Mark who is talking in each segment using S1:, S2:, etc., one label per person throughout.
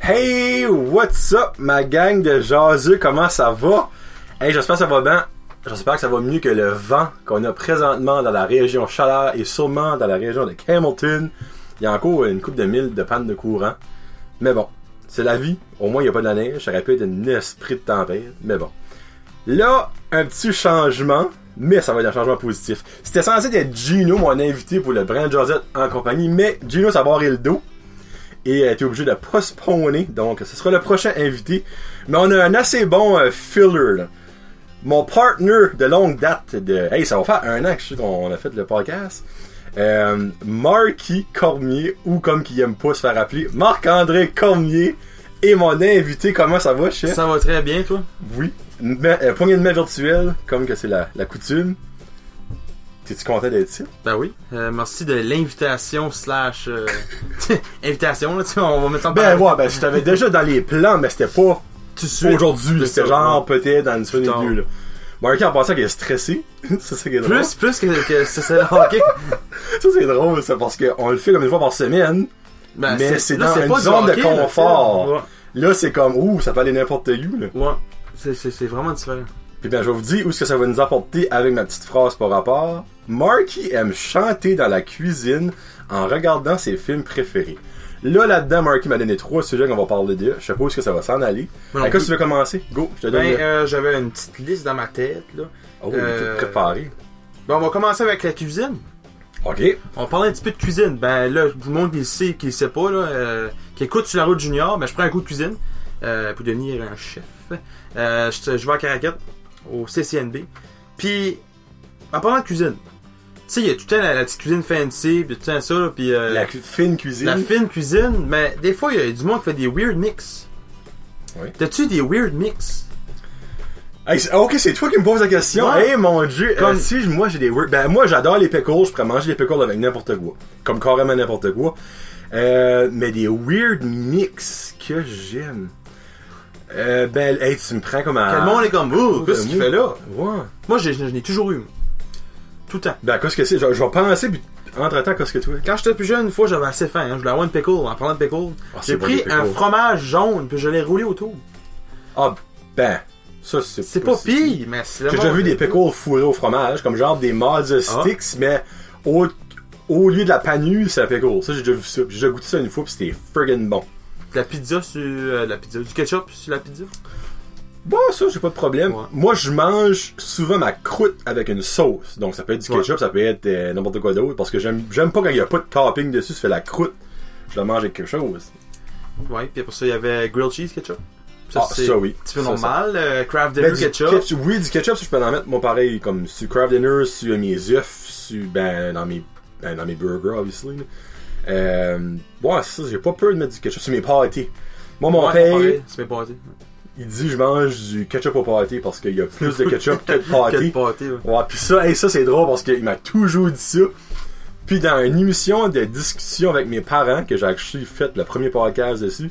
S1: Hey, what's up, ma gang de jaseux, comment ça va? Hey, j'espère que ça va bien. J'espère que ça va mieux que le vent qu'on a présentement dans la région Chaleur et sûrement dans la région de Hamilton. Il y a encore une coupe de mille de panne de courant. Mais bon, c'est la vie. Au moins, il n'y a pas de la neige. Ça aurait pu être un esprit de tempête. Mais bon. Là, un petit changement, mais ça va être un changement positif. C'était censé être Gino, mon invité, pour le Brand Josette en compagnie, mais Gino s'est barré le dos et a été obligé de postponer. Donc, ce sera le prochain invité. Mais on a un assez bon euh, filler. là. Mon partner de longue date de. Hey, ça va faire un an que je sais qu'on a fait le podcast. Euh, Marky Cormier, ou comme qu'il aime pas se faire appeler, Marc-André Cormier, et mon invité, comment ça va, chef?
S2: Ça va très bien, toi?
S1: Oui. Une main- euh, poignée de main virtuelle, comme que c'est la, la coutume. T'es-tu content d'être ici?
S2: Ben oui. Euh, merci de l'invitation slash... euh, invitation, là, tu sais, on va mettre ça en
S1: Ben
S2: parallèle.
S1: ouais, ben je t'avais déjà dans les plans, mais c'était pas
S2: Tout de suite.
S1: aujourd'hui.
S2: C'est
S1: C'était
S2: ça,
S1: genre
S2: ouais.
S1: peut-être dans une semaine
S2: Plus
S1: et
S2: tard.
S1: deux, là. Marky en pensant qu'il est stressé. ça, c'est qui est drôle.
S2: Plus, plus que, que ça, c'est ok.
S1: Ça, c'est drôle, ça, parce qu'on le fait comme une fois par semaine,
S2: Ben,
S1: mais c'est
S2: là,
S1: dans une
S2: pas du
S1: zone de
S2: hockey, là,
S1: confort.
S2: tu sais.
S1: Là, c'est comme, ouh, ça peut aller n'importe où, là.
S2: Ouais. ouais. C'est- C'est c'est vraiment différent.
S1: Puis ben, je vais vous dire où est-ce que ça va nous apporter avec ma petite phrase par rapport. Marky aime chanter dans la cuisine en regardant ses films préférés. Là, là-dedans, Marky m'a donné trois sujets qu'on va parler de. Je suppose que ça va s'en aller.
S2: Moi non
S1: Qu'est-ce que
S2: plus.
S1: Ben, tu veux commencer? Go, je te donne.
S2: Ben,
S1: le-
S2: euh, j'avais une petite liste dans ma tête, là.
S1: oh,
S2: euh,
S1: tout préparé.
S2: Ben, on va commencer avec la cuisine.
S1: Ok.
S2: On parle un petit peu de cuisine. Ben là, pour le monde qui le sait, qui le sait pas, là, euh, qui écoute sur la route junior, ben je prends un coup de cuisine euh, pour devenir un chef. Euh, je, je vais à Caracat, au CCNB. Puis, en parlant de cuisine, tu sais, il y a tout le temps la, la petite cuisine fancy, puis tout le temps ça, là, puis euh,
S1: la
S2: la,
S1: cu- fine cuisine.
S2: fine cuisine. Mais des fois, il y a du monde qui fait des weird mix.
S1: Oui.
S2: T'as-tu des weird mix?
S1: Hey, c'est- ok, c'est toi qui me poses la question.
S2: Ouais.
S1: Hey, mon dieu. Comme
S2: Comme-
S1: si je- moi j'ai des work. Ben, moi j'adore les pickles. Je pourrais manger des pickles avec n'importe quoi. Comme carrément n'importe quoi. Euh, mais des weird mix que j'aime. Euh, ben, hey, tu me prends comme un.
S2: Que le monde est comme, ouh, qu'est-ce qu'il fait là?
S1: Ouais.
S2: Moi, je, je- je l'ai toujours eu. moi. Tout le temps.
S1: Ben, qu'est-ce que c'est? Je, je vais penser, puis entre-temps, qu'est-ce que tu veux?
S2: Quand j'étais plus jeune, une fois, j'avais assez faim. hein. Je voulais avoir une pickle. En parlant de pickle,
S1: Ah, c'est
S2: j'ai
S1: bon,
S2: pris
S1: les
S2: un
S1: pickles.
S2: fromage jaune puis je l'ai roulé autour.
S1: Ah, ben. Ça, c'est
S2: C'est pas pire, mais c'est
S1: J'ai déjà vu des pickles fourrés au fromage, comme genre des Mods
S2: Ah.
S1: Sticks, mais au, au lieu de la panure, c'est la pickle. Ça, j'ai déjà vu ça. J'ai déjà goûté ça une fois, puis c'était friggin' bon.
S2: De la pizza sur euh, de la pizza, du ketchup sur la pizza.
S1: Bon, Bah, ça, j'ai pas de problème.
S2: Ouais.
S1: Moi, je mange souvent ma croûte avec une sauce. Donc, ça peut être du ketchup, ça peut être euh, n'importe quoi d'autre, parce que j'aime j'aime pas quand il y a pas de topping dessus, ça fait la croûte. Je la mange avec quelque chose.
S2: Ouais, puis pour ça il y avait grilled cheese ketchup.
S1: Ah, ça, oui.
S2: Un petit peu
S1: Ça,
S2: normal, euh, Kraft dinner
S1: Ben, du
S2: ketchup.
S1: ketchup- Oui, du ketchup, ça, je peux en mettre, moi, pareil, comme sur Kraft Dinner, sur mes œufs, sur, ben, dans mes, ben, dans mes burgers, obviously. là. Euh, ouais, ça, j'ai pas peur de mettre du ketchup sur mes pâtés. Moi, mon
S2: Ouais,
S1: père,
S2: pareil, C'est mes pâtés.
S1: il dit, je mange du ketchup au pâté parce qu'il y a plus de ketchup que de pâté.
S2: Quatre pâtés, ouais.
S1: Ouais, pis ça, hey, ça c'est drôle parce qu'il m'a toujours dit ça. Puis dans une émission de discussion avec mes parents, que j'ai actually fait le premier podcast dessus,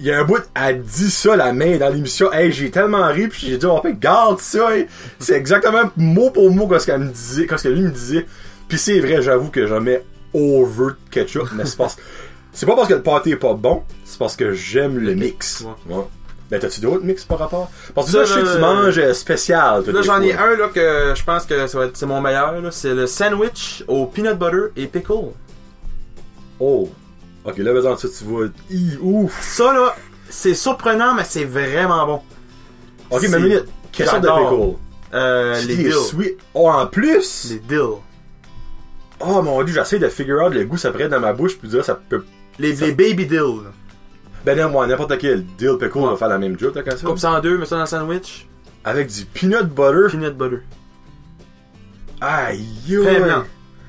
S1: il y a un bout, elle dit ça la main dans l'émission. Hey, j'ai tellement ri, puis j'ai dit, on fait, garde ça, hey. C'est exactement mot pour mot qu'est-ce qu'elle me disait, qu'est-ce que lui me disait. Puis c'est vrai, j'avoue que j'en mets over de ketchup, mais c'est parce c'est pas parce que le pâté est pas bon, c'est parce que j'aime le mix.
S2: ouais.
S1: Ouais. Ben, t'as-tu d'autres mix par rapport? Parce que ça,
S2: Ça,
S1: je sais que tu
S2: euh,
S1: manges euh, spécial. toi,
S2: Là
S1: des
S2: j'en ai
S1: fois.
S2: un là que je pense que ça va être c'est mon meilleur là, c'est le sandwich au peanut butter et pickle.
S1: Oh! Ok, là, maintenant, ça, tu vois. Hi, ouf!
S2: Ça là, c'est surprenant mais c'est vraiment bon.
S1: Ok,
S2: C'est-
S1: mais minute. Quelle sorte de
S2: J'adore.
S1: pickle?
S2: Euh,
S1: C'est
S2: les
S1: des
S2: dills.
S1: sweet. Oh, en plus!
S2: Les dills.
S1: Oh mon dieu, j'essaie de figure out le goût, ça pourrait être dans ma bouche, puis dire ça peut.
S2: Les,
S1: Ça-
S2: les baby dills. là.
S1: Ben non, moi, n'importe quel dill pickle
S2: Ouais.
S1: va faire la même joke, là, comme ça.
S2: Coupe ça en deux, mets ça dans le sandwich.
S1: Avec du peanut butter.
S2: Peanut butter.
S1: Aïe!
S2: Pain
S1: aïe.
S2: blanc.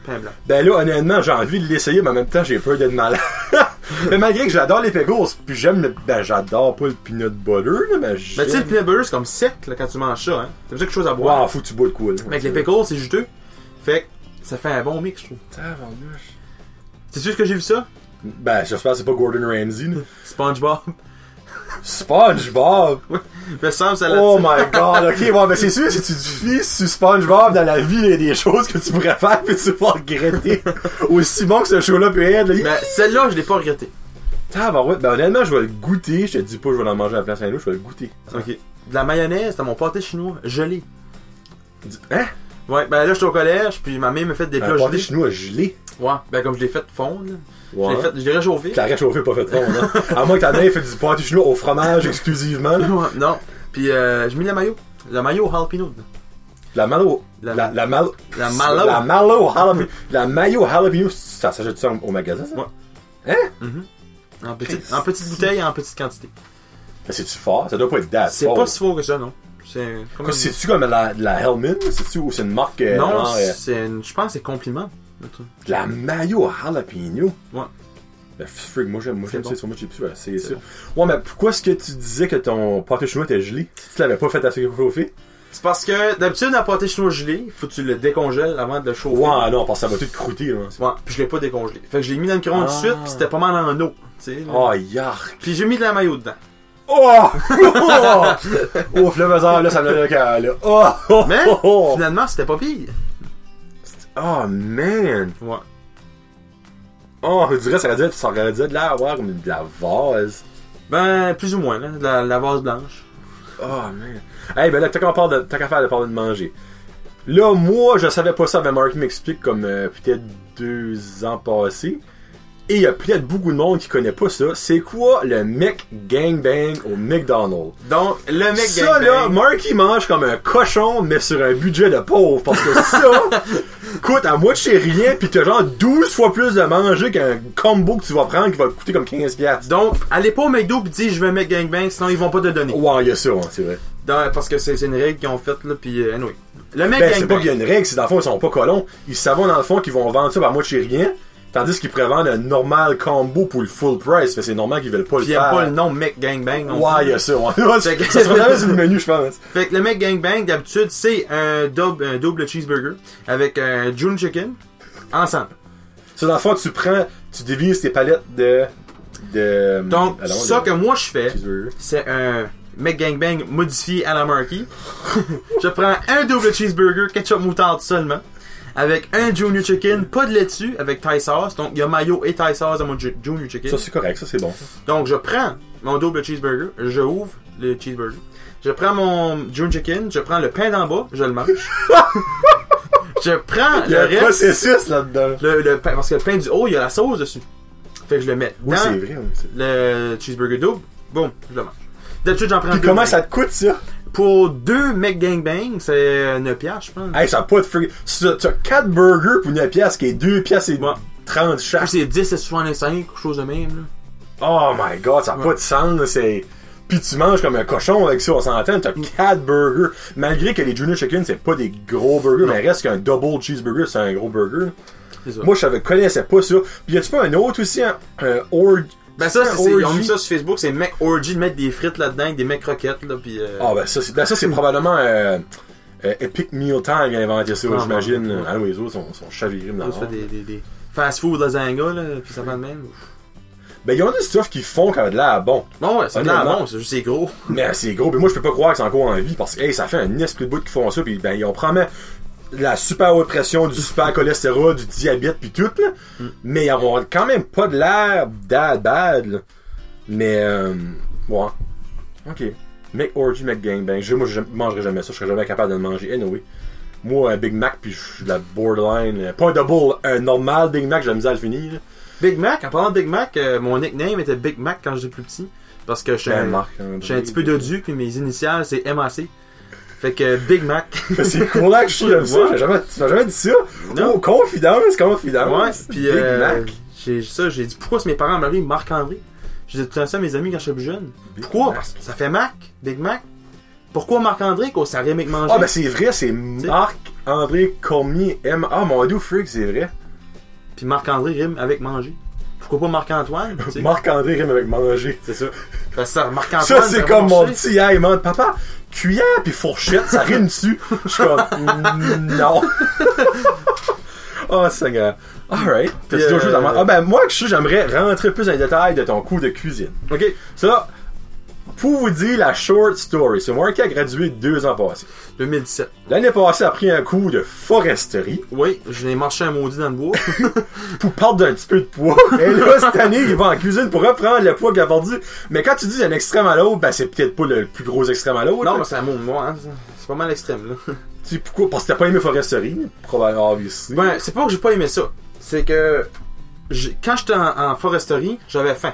S2: Pain blanc.
S1: Ben là, honnêtement, j'ai envie de l'essayer, mais en même temps, j'ai peur d'être malade. mais malgré que j'adore les pickles, puis j'aime le. Ben, j'adore pas le peanut butter, là, mais
S2: Mais Ben, tu sais, le
S1: j'aime.
S2: peanut butter, c'est comme sec là, quand tu manges ça. Hein. T'as besoin de quelque chose à boire.
S1: Waouh, faut que tu bois de quoi, là.
S2: Mais avec les pickles, c'est juteux. Fait que ça fait un bon mix, je trouve.
S1: Tabarnouche.
S2: C'est sûr que j'ai vu ça?
S1: Ben, j'espère que c'est pas Gordon Ramsay, là.
S2: SpongeBob.
S1: SpongeBob!
S2: Me semble ça l'a
S1: Oh my god, ok, bon, ben c'est sûr, si tu te fies sur SpongeBob dans la vie, il y a des choses que tu pourrais faire puis tu vas regretter. Aussi bon que ce show-là peut être, là,
S2: Ben, Mais celle-là, je l'ai pas regretté.
S1: Tabarouette, ben honnêtement, je vais le goûter. Je te dis pas, je vais en manger à plein Saint-Loup, je vais le goûter.
S2: Ok. De la mayonnaise, c'est mon pâté chinois gelé.
S1: Du- Hein?
S2: Ouais, ben là, j'étais au collège, puis ma mère me fait des plats
S1: Un pâté
S2: gelés.
S1: chinois gelé.
S2: Ouais, ben comme je l'ai fait fondre, là. je
S1: Ouais.
S2: l'ai fait, je l'ai réchauffé.
S1: Que La réchauffée est pas faite fondre, hein. À moins que ta mère fait du pâté chinois au fromage exclusivement. là.
S2: Ouais, non. Puis euh, j'ai mis la mayo. La mayo au jalapeno. dedans.
S1: La malo.
S2: La-
S1: La, la, malo.
S2: La malo.
S1: La malo jalapeno. La mayo jalapeno. Ça s'achète ça au magasin, ça?
S2: Ouais. En petite, en petite bouteille, en petite quantité.
S1: Ben, C'est-tu fort? Ça doit pas être date.
S2: C'est pas si faux que ça, non. C'est comme une-
S1: C'est-tu comme la, la Hellman? C'est-tu ou c'est une marque. euh,
S2: Non,
S1: genre, euh,
S2: c'est une- je pense que c'est compliment. le truc.
S1: de la mayo jalapeno?
S2: Ouais.
S1: Ben, frig, moi j'aime moi,
S2: C'est
S1: j'aime
S2: bon.
S1: ça, c'est moi j'ai plus, ouais, c'est
S2: C'est
S1: sûr. Ouais, mais pourquoi est-ce que tu disais que ton pâté chinois était gelé? Si tu l'avais pas fait assez réchauffer?
S2: C'est parce que d'habitude, un pâté chinois gelé, faut que tu le décongèles avant de le chauffer.
S1: Ouais, non, parce que ça va tout croûter, là.
S2: Ouais, puis je l'ai pas décongelé. Fait que je l'ai mis dans le micro-ondes tout de
S1: Ah.
S2: suite, puis c'était pas mal en eau. tu sais, là.
S1: Oh, yark!
S2: Puis j'ai mis de la mayo dedans.
S1: Oh! oh! Ouf, le buzzer, là, ça me donne le cœur, là. Oh! Oh!
S2: Mais
S1: oh, oh.
S2: finalement, c'était pas pire.
S1: Oh, man!
S2: Ouais.
S1: Oh, je dirais, ça aurait dû être, ça aurait dû être de l'air, ouais, comme de la vase.
S2: Ben, plus ou moins, là, de la, la vase blanche.
S1: Oh, man. Hey, ben là, t'as qu'à parle de- t'as qu'à faire de parler de manger. Là, moi, je savais pas ça, mais Mark m'explique comme euh, peut-être deux ans passés. Et il y a peut-être beaucoup de monde qui connaît pas ça. C'est quoi le mec gangbang au McDonald's?
S2: Donc, le mec
S1: ça
S2: gangbang-
S1: là, Marky mange comme un cochon, mais sur un budget de pauvre. Parce que ça coûte à moitié rien, pis t'as genre 12 fois plus de manger qu'un combo que tu vas prendre qui va te coûter comme 15$. piastres.
S2: Donc, allez pas au McDo pis dis je veux un McGangbang, sinon ils vont pas te le donner.
S1: Ouais, y'a ça, hein, c'est vrai.
S2: Dans- parce que c'est c'est une règle qu'ils ont faite là, pis euh, anyway. Le
S1: Ben, c'est pas
S2: McGangbang.
S1: qu'il y a une règle, c'est dans le fond, ils sont pas colons. Ils savent dans le fond qu'ils vont vendre ça à moitié rien, tandis qu'ils prévendent un normal combo pour le full price. Fait que c'est normal qu'ils veulent pas le
S2: pis il aime pas le
S1: faire.
S2: nom McGangbang. non
S1: Ouais,
S2: plus.
S1: y'a ça, ouais. ça
S2: Fait que-
S1: se retrouve sur le menu, je pense.
S2: Fait que le McGangbang, d'habitude, c'est un double, un double cheeseburger avec un June Chicken ensemble.
S1: Ça, dans le fond, tu prends, tu dévises tes palettes de. de
S2: Donc,
S1: alors,
S2: ça
S1: de-
S2: que moi je fais,
S1: cheeseburger.
S2: c'est un McGangbang modifié à la Marquis. je prends un double cheeseburger, ketchup moutarde seulement, avec un junior chicken, pas de laitue, avec Thai sauce. Donc, il y a mayo et Thai sauce dans mon ju- junior chicken.
S1: Ça, c'est correct, ça, c'est bon.
S2: Donc, je prends mon double cheeseburger, je ouvre le cheeseburger, je prends mon June Chicken, je prends le pain d'en bas, je le mange. je prends
S1: Il y
S2: le
S1: a un
S2: reste,
S1: processus là-dedans.
S2: le, le pain, parce que le pain du haut, il y a la sauce dessus. Fait que je le mets
S1: Oui,
S2: dans
S1: c'est vrai. oui, c'est-
S2: le cheeseburger double, boum, je le mange. D'habitude, j'en prends
S1: Puis
S2: deux.
S1: comment ça te coûte, ça?
S2: Pour deux McGangbang, c'est 9 piastres, je pense.
S1: Hey, ça a pas de frig. Tu as- tu as 4 burgers pour une pièce qui est 2 pièces et
S2: Ouais.
S1: 30
S2: Ou
S1: chaque.
S2: c'est 10 et 65, quelque chose de même. Là.
S1: Oh my god, ça a pas de sens, là, c'est... Puis tu manges comme un cochon avec ça, on s'entend, t'as 4 burgers. Malgré que les Junior Chicken, c'est pas des gros burgers, mais reste qu'un double cheeseburger, c'est un gros burger.
S2: C'est ça.
S1: Moi, je savais- connaissais pas ça. Puis y a-tu pas un autre aussi, hein? un org...
S2: ben ça,
S1: un
S2: c'est, c'est- ils ont
S1: orgy?
S2: mis ça sur Facebook, c'est Mac Orgy de mettre des frites là-dedans, avec des Mac croquettes, là, pis... euh,
S1: Ah ben ça, c'est ben, ça, c'est probablement euh, euh, Epic Meal Time qui a inventé ça,
S2: Ah,
S1: j'imagine.
S2: ouais.
S1: Ah oui, les autres sont, sont chavirés dans
S2: Ça,
S1: le
S2: se fait des, des, des fast food lasagna, là, pis ça va de même.
S1: Ben ils ont des stuff qu'ils font quand même de l'air bon.
S2: Bon, ouais, c'est de la
S1: Honnêtement.
S2: bon, c'est juste c'est gros.
S1: Mais c'est gros, puis moi je peux pas croire que c'est encore en vie parce que hey, ça fait un esprit de bout qu'ils font ça, puis ben ils ont probablement la super haute pression, du super cholestérol, du diabète puis tout là.
S2: Mm.
S1: Mais ils ont quand même pas de l'air bad bad là. Mais euh, ouais. Ok. Mec Orgy, mec Gangbang. Je, moi je mangerai jamais ça, je serais jamais capable de le manger. Anyway. Moi un Big Mac puis je suis de la borderline. euh, Pas un double, un normal Big Mac, j'ai la misère à le finir. là.
S2: Big Mac, en parlant de Big Mac, euh, mon nickname était Big Mac quand j'étais plus petit. Parce que je suis
S1: Ben,
S2: un,
S1: Marc, hein,
S2: je suis un petit peu dodu, puis mes initiales, c'est MAC. Fait que Big Mac.
S1: Mais C'est cool là que je suis comme ça, j'ai jamais, tu m'as jamais dit ça.
S2: Non.
S1: Oh, confidence,
S2: ouais,
S1: confidence.
S2: puis
S1: Ah Big
S2: euh,
S1: Mac.
S2: j'ai ça, j'ai dit pourquoi c'est mes parents m'appelaient Marc-André Je disais tout le temps ça à mes amis quand j'étais plus jeune.
S1: Big
S2: Pourquoi
S1: Mac.
S2: Parce que ça fait Mac, Big Mac. Pourquoi Marc-André qu'on s'arrête avec manger
S1: Ah, ben c'est vrai, c'est Marc-André Cormier M. Ah, mon dieu, freak, c'est vrai.
S2: Puis Marc-André rime avec manger. Pourquoi pas Marc-Antoine tu sais?
S1: Marc-André rime avec manger.
S2: C'est ça. Parce que ça, Marc-Antoine.
S1: Ça, c'est comme mon
S2: marché.
S1: petit hey, man. Papa, cuillère puis fourchette, ça rime dessus. Je suis comme, mm, non. oh, Seigneur. Alright. T'as-tu
S2: Puis,
S1: d'autres choses à
S2: euh,
S1: manger? Ah, ben moi, que je suis, j'aimerais rentrer plus dans les détails de ton coup de cuisine.
S2: Ok.
S1: Ça, Pour vous dire la short story, c'est moi qui a gradué deux ans passés.
S2: 2017.
S1: L'année passée a pris un cours de foresterie.
S2: Oui, je l'ai marché un maudit dans le bois.
S1: pour perdre d'un petit peu de poids. Et là, cette année, il va en cuisine pour reprendre le poids qu'il a perdu. Mais quand tu dis d'un extrême à l'autre, ben c'est peut-être pas le plus gros extrême à l'autre.
S2: non,
S1: là.
S2: mais c'est un mot de moi, hein. C'est pas mal extrême, là.
S1: Tu sais pourquoi? Parce que t'as pas aimé foresterie, probablement, obviously.
S2: Ben, c'est pas que j'ai pas aimé ça. C'est que j'ai- quand j'étais en, en foresterie, j'avais faim.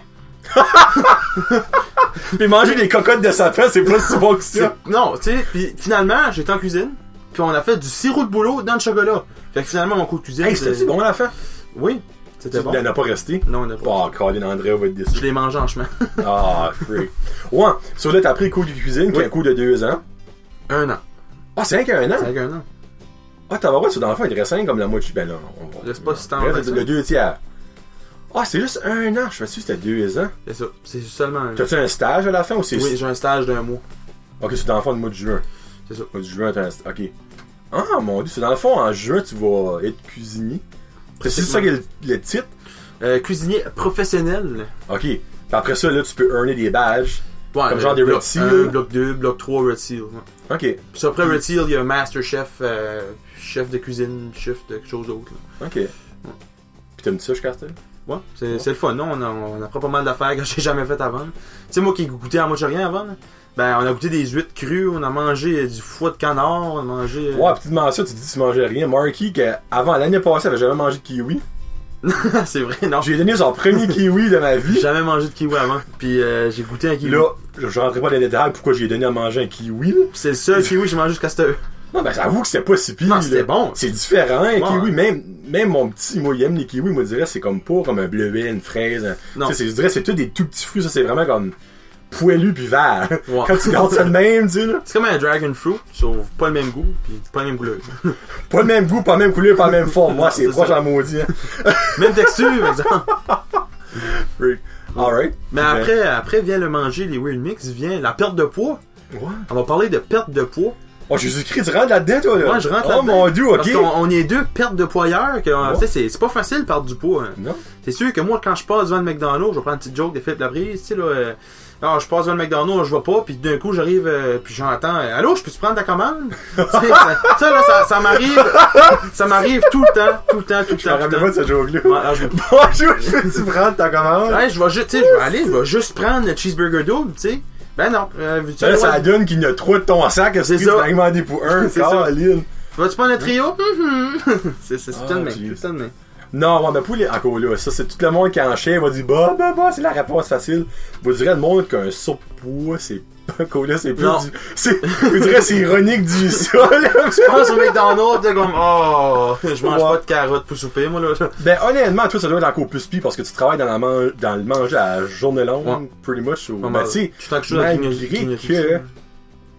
S1: Puis manger des cocottes de sapin, c'est pas si bon que
S2: C'est-
S1: ça.
S2: Non, tu sais, puis finalement, j'étais en cuisine, puis on a fait du sirop de boulot dans le chocolat. Fait que finalement, mon coup de cuisine.
S1: Hey, c'était bon Ben, à la fin?
S2: Oui, c'était bon.
S1: Il en a pas resté.
S2: Non, on a pas.
S1: Oh, Colin André va être
S2: Je
S1: déçu.
S2: l'ai mangé en chemin.
S1: Ah, freak. Ouais, sur là, t'as pris le cours de cuisine, qui est
S2: Oui.
S1: un cours de deux ans.
S2: un an.
S1: Ah, c'est rien qu'un an.
S2: C'est avec un an.
S1: Ah, t'as voir, tu dans le fond, il te comme la moitié. Ben là, on va.
S2: Laisse pas si t'en
S1: Bref,
S2: restes.
S1: Le deux tiers. Ah, c'est juste un an. Je me suis dit que c'était deux ans.
S2: C'est ça. C'est seulement un an.
S1: T'as-tu un stage à la fin ou c'est.
S2: Oui, j'ai un stage d'un mois.
S1: Ok, c'est dans le fond du mois de juin.
S2: C'est ça.
S1: Mois de juin, t'as un stage. Ok. Ah, mon dieu, c'est dans le fond, en juin, tu vas être cuisinier. C'est juste ça qui est le, le titre.
S2: Euh, cuisinier professionnel.
S1: Ok. Puis après ça, là, tu peux earner des badges.
S2: Ouais,
S1: Comme genre des
S2: bloc
S1: Red Seal,
S2: un,
S1: là.
S2: Bloc 2, bloc 3, Red Seal. ouais.
S1: Ok.
S2: Puis ça, après Red Seal, il y a Master Chef, euh, chef de cuisine, chef de quelque chose d'autre. là.
S1: Ok. Puis t'aimes ça, je cartel?
S2: Ouais, c'est c'est le fun, non? On, a- on apprend pas mal d'affaires que j'ai jamais faites avant. là. Tu sais, moi qui goûtais à moi, j'ai rien avant. là. Ben, on a goûté des huîtres crues, on a mangé euh, du foie de canard, on a mangé. euh,
S1: Ouais, puis tu demandes ça, tu dis que tu mangeais rien. Marky, que avant l'année passée, avait jamais mangé de kiwi.
S2: c'est vrai, non? J'ai
S1: J'ai donné son premier kiwi de ma vie.
S2: jamais mangé de kiwi avant. Puis euh, j'ai goûté un kiwi.
S1: Là, je, je rentrais pas dans les détails pourquoi j'ai donné à manger un kiwi. là.
S2: C'est le seul kiwi que j'ai mangé jusqu'à cette heure.
S1: Non, ben j'avoue que c'était pas si pire.
S2: Non,
S1: là.
S2: c'était bon.
S1: C'est différent, un
S2: Ouais.
S1: kiwi. Même, même mon petit, moi, il aime les kiwis, moi, je dirais, c'est comme pas comme un bleuet, une fraise. un-
S2: Non.
S1: Tu sais, c'est- je dirais, c'est tout des tout petits fruits, ça, c'est vraiment comme poilu puis vert.
S2: Ouais.
S1: Quand tu gardes ça de même, tu sais, là.
S2: C'est comme un dragon fruit, sauf pas le même goût, puis pas la même couleur.
S1: Pas le même goût, pas la même couleur, pas la même forme. Moi,
S2: Non,
S1: c'est
S2: c'est
S1: proche
S2: ça.
S1: en maudit. hein.
S2: Même texture, par exemple.
S1: Freak. Alright.
S2: Mais
S1: Ben,
S2: après, après vient le manger, les Weird Mix, vient la perte de poids.
S1: Ouais.
S2: On va parler de perte de poids.
S1: Oh, Jésus-Christ, tu rentres là-dedans, toi, là?
S2: Ouais, je rentre
S1: Oh,
S2: là-dedans.
S1: mon dieu, ok.
S2: Parce qu'on on est deux pertes de poigneur. que, euh,
S1: Ouais.
S2: tu sais, C'est c'est pas facile de perdre du poids. hein.
S1: Non?
S2: C'est sûr que moi, quand je passe devant le McDonald's, je vais prendre une petite joke de Philippe Labrise. Tu sais, là, euh, alors, je passe devant le McDonald's, je vois pas, puis d'un coup, j'arrive, euh, puis j'entends euh, Allô, je peux te prendre ta commande? Tu sais, ça, ça, là, ça, ça m'arrive. Ça m'arrive tout le temps, tout le temps, tout le
S1: Je me
S2: temps. tout
S1: rappelle
S2: le
S1: pas de
S2: temps.
S1: ce joke-là.
S2: Ouais, alors, je-
S1: Bonjour, je peux-tu prendre ta commande?
S2: Ouais, je vais juste, tu sais, je vais aller, je vais juste prendre le cheeseburger double, tu sais. Ben non, euh, veux-tu
S1: Ça, là,
S2: avoir-
S1: ça donne qu'il y en a trois de ton sac, est-ce
S2: C'est
S1: que tu
S2: ça.
S1: t'as demandé pour un,
S2: C'est ça.
S1: Caroline.
S2: Vas-tu prendre un trio? Mhm. c'est c'est tout
S1: Hein? Ah,
S2: le même,
S1: jeez.
S2: tout le même.
S1: Non, ouais, mais pour les. Encore là, ça, c'est tout le monde qui en chien va dire bah, bah, bah, c'est la réponse facile. Vous direz le monde qu'un surpoids, c'est. Encore là, c'est plus.
S2: Non.
S1: Du... c'est- Vous direz, c'est ironique du sol.
S2: Je pense au McDonald's, t'es comme, oh, je mange
S1: Ouais.
S2: pas de carottes pour souper, moi, là.
S1: ben, honnêtement, toi, ça doit être encore plus pire parce que tu travailles dans, la man- dans le manger à journée longue,
S2: Ouais.
S1: pretty much. Ou...
S2: Pas
S1: Ben,
S2: mal.
S1: tu sais,
S2: Je t'en quelque chose à
S1: malgré
S2: grignoter- grignoter
S1: que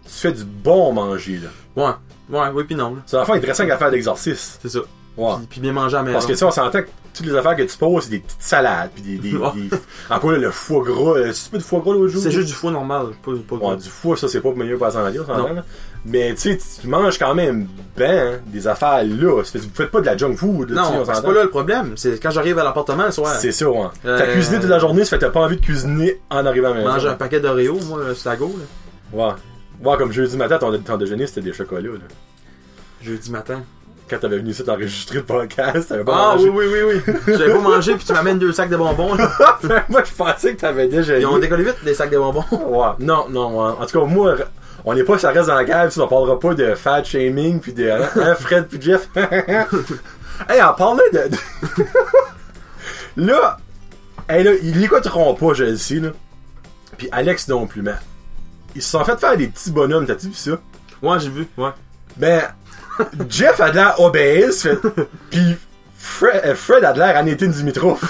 S1: tu fais du bon manger, là.
S2: ça. Ouais, ouais, oui, puis non, là.
S1: C'est un enfant intéressant qu'à faire d'exorcisme.
S2: C'est ça.
S1: Ouais.
S2: Puis, puis bien manger à la maison.
S1: Ah. Parce que tu sais, on s'entend que toutes les affaires que tu poses, c'est des petites salades, puis des. des,
S2: Ouais.
S1: des- Encore là, le foie gras, euh, c'est pas du foie gras l'autre jour.
S2: c'est juste du foie normal, pas, pas
S1: Ouais,
S2: du...
S1: du foie, ça, c'est pas meilleur pour la santé, on s'entend,
S2: Non.
S1: là. Mais tu sais, tu manges quand même ben hein, des affaires là. Ça fait- Vous faites pas de la junk food, là, tu sais,
S2: Non,
S1: on
S2: c'est
S1: s'entend.
S2: pas là le problème. C'est quand j'arrive à l'appartement le soir,
S1: C'est ça, ouais.
S2: Euh,
S1: T'as cuisiné toute la journée, ça fait que t'as pas envie de cuisiner en arrivant à la maison.
S2: manger un paquet d'Oreo, moi, c'est la go, là.
S1: Ouais. Ouais, comme jeudi matin, ton, ton déjeuner, c'était des chocolats, là.
S2: Jeudi matin.
S1: Quand t'avais venu ici t'enregistrer le podcast, t'avais pas
S2: Ah,
S1: mangé.
S2: oui, oui, oui, oui. J'avais pas mangé, puis tu m'amènes deux sacs de bonbons, là.
S1: Moi, je pensais que t'avais déjeuné.
S2: Ils ont décollé vite, les sacs de bonbons.
S1: Ouais. Non, non, ouais. En tout cas, moi, on n'est pas, ça reste dans la cave, si on parlera pas de fat shaming, puis de hein, hein, Fred, puis Jeff. hey, en parlant de. de- là, hey, là, ils l'écouteront pas, je le sais, là. Puis Alex non plus, mais. Ils se sont fait faire des petits bonhommes, t'as-tu vu ça?
S2: Ouais, j'ai vu, ouais.
S1: Ben, Jeff a de l'air obèse, fait- puis Fred, euh, Fred a de l'air à Nathan Dimitrov.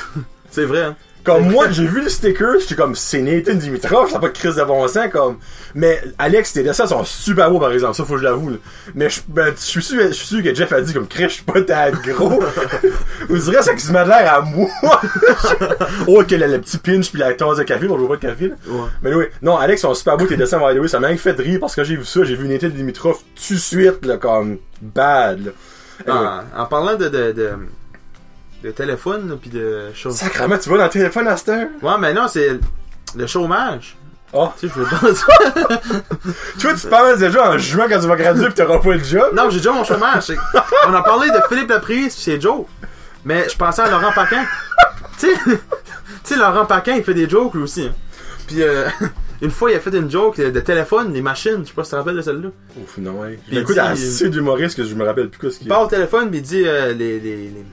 S2: C'est vrai, hein.
S1: Comme moi, j'ai vu le sticker, j'étais comme, c'est Nathan Dimitrov, ça a pas de crise de bon sens, comme. Mais Alex, tes dessins sont super beaux, par exemple, ça, faut que je l'avoue, là. Mais je ben, je suis sûr, je suis sûr que Jeff a dit, comme, Chris, je suis pas tant gros. Vous direz, ça qui se met de l'air à moi. Autre que le, le petit pinch puis la tasse de café, bon, je vois pas de café, là.
S2: Ouais.
S1: Mais oui, non, Alex, sont super beaux tes dessins, by the way, ça m'a même fait de rire parce que j'ai vu ça, j'ai vu Nathan Dimitrov tout de suite, là, comme, bad, là. Anyway.
S2: En, en parlant de, de, de, de téléphone, là, puis de choses.
S1: Sacrement, tu vas dans le téléphone à cette heure?
S2: Ouais, mais non, c'est le chômage.
S1: Oh.
S2: Tu sais, je veux pas dire-
S1: Toi, tu te parles déjà en juin quand tu vas graduer pis t'auras pas de job.
S2: Non, j'ai déjà mon chômage. c'est- On a parlé de Philippe Laprise pis c'est Joe. Mais je pensais à Laurent Paquin. tu sais- tu sais, Laurent Paquin, il fait des jokes lui aussi. hein. Puis euh, une fois, il a fait une joke de téléphone, des machines. Je sais pas si tu te rappelles de celle-là.
S1: Ouf, non, ouais.
S2: Il
S1: J'écoute
S2: dit-
S1: assez d'humoristes que je me rappelle plus quoi ce
S2: Il
S1: qu'il
S2: parle au téléphone, mais il dit euh, les, les, les-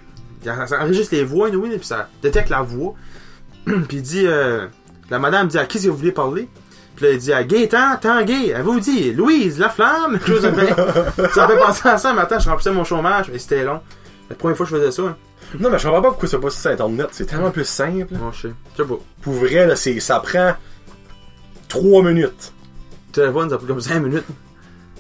S2: Ça ça enregistre les voix, anyway, puis ça détecte la voix. puis il dit... euh, La madame dit à qui est-ce que vous voulez parler? Puis là, il dit à Gaétan, Tanguay. Elle vous dit Louise, la flamme. Chose de même. ça me fait penser à ça un matin. Je remplissais mon chômage, mais c'était long. La première fois que je faisais ça. hein.
S1: Non, mais je comprends pas pourquoi c'est pas sur Internet. C'est tellement plus simple.
S2: Non, je sais. Je sais pas.
S1: Pour vrai, là, c'est, ça prend 3 minutes.
S2: Le téléphone, ça a pris comme 5 minutes.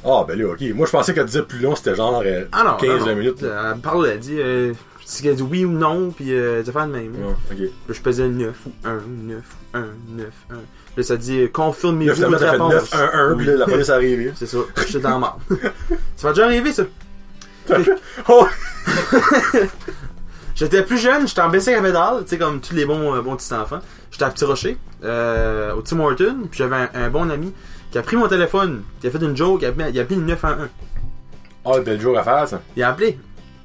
S1: Ah, ben là, ok. Moi, je pensais que dire plus long, c'était genre euh,
S2: Ah non.
S1: 15
S2: non, non.
S1: minutes. là.
S2: Elle me parle, elle dit, euh, si elle dit oui ou non, puis euh, des affaires de même.
S1: Ouais, ok.
S2: Puis je pesais 9 ou 1, 9 ou 1, 9, 1. Là, ça dit, euh,
S1: Là,
S2: confirmez-vous
S1: finalement,
S2: votre
S1: t'as fait
S2: réponse.
S1: 9, 1, 1,
S2: Oui.
S1: pis là, la police est arrivée.
S2: C'est ça, j'étais dans la mort. ça m'a déjà arrivé, ça.
S1: Oh!
S2: J'étais plus jeune, j'étais en baissé à pédale, tu sais, comme tous les bons, euh, bons petits enfants. J'étais à Petit Rocher, euh, au Tim Horton, puis j'avais un, un bon ami qui a pris mon téléphone, qui a fait une joke, il a, mis- il a appelé le 911.
S1: Ah, bel jour à faire, ça.
S2: Il a appelé.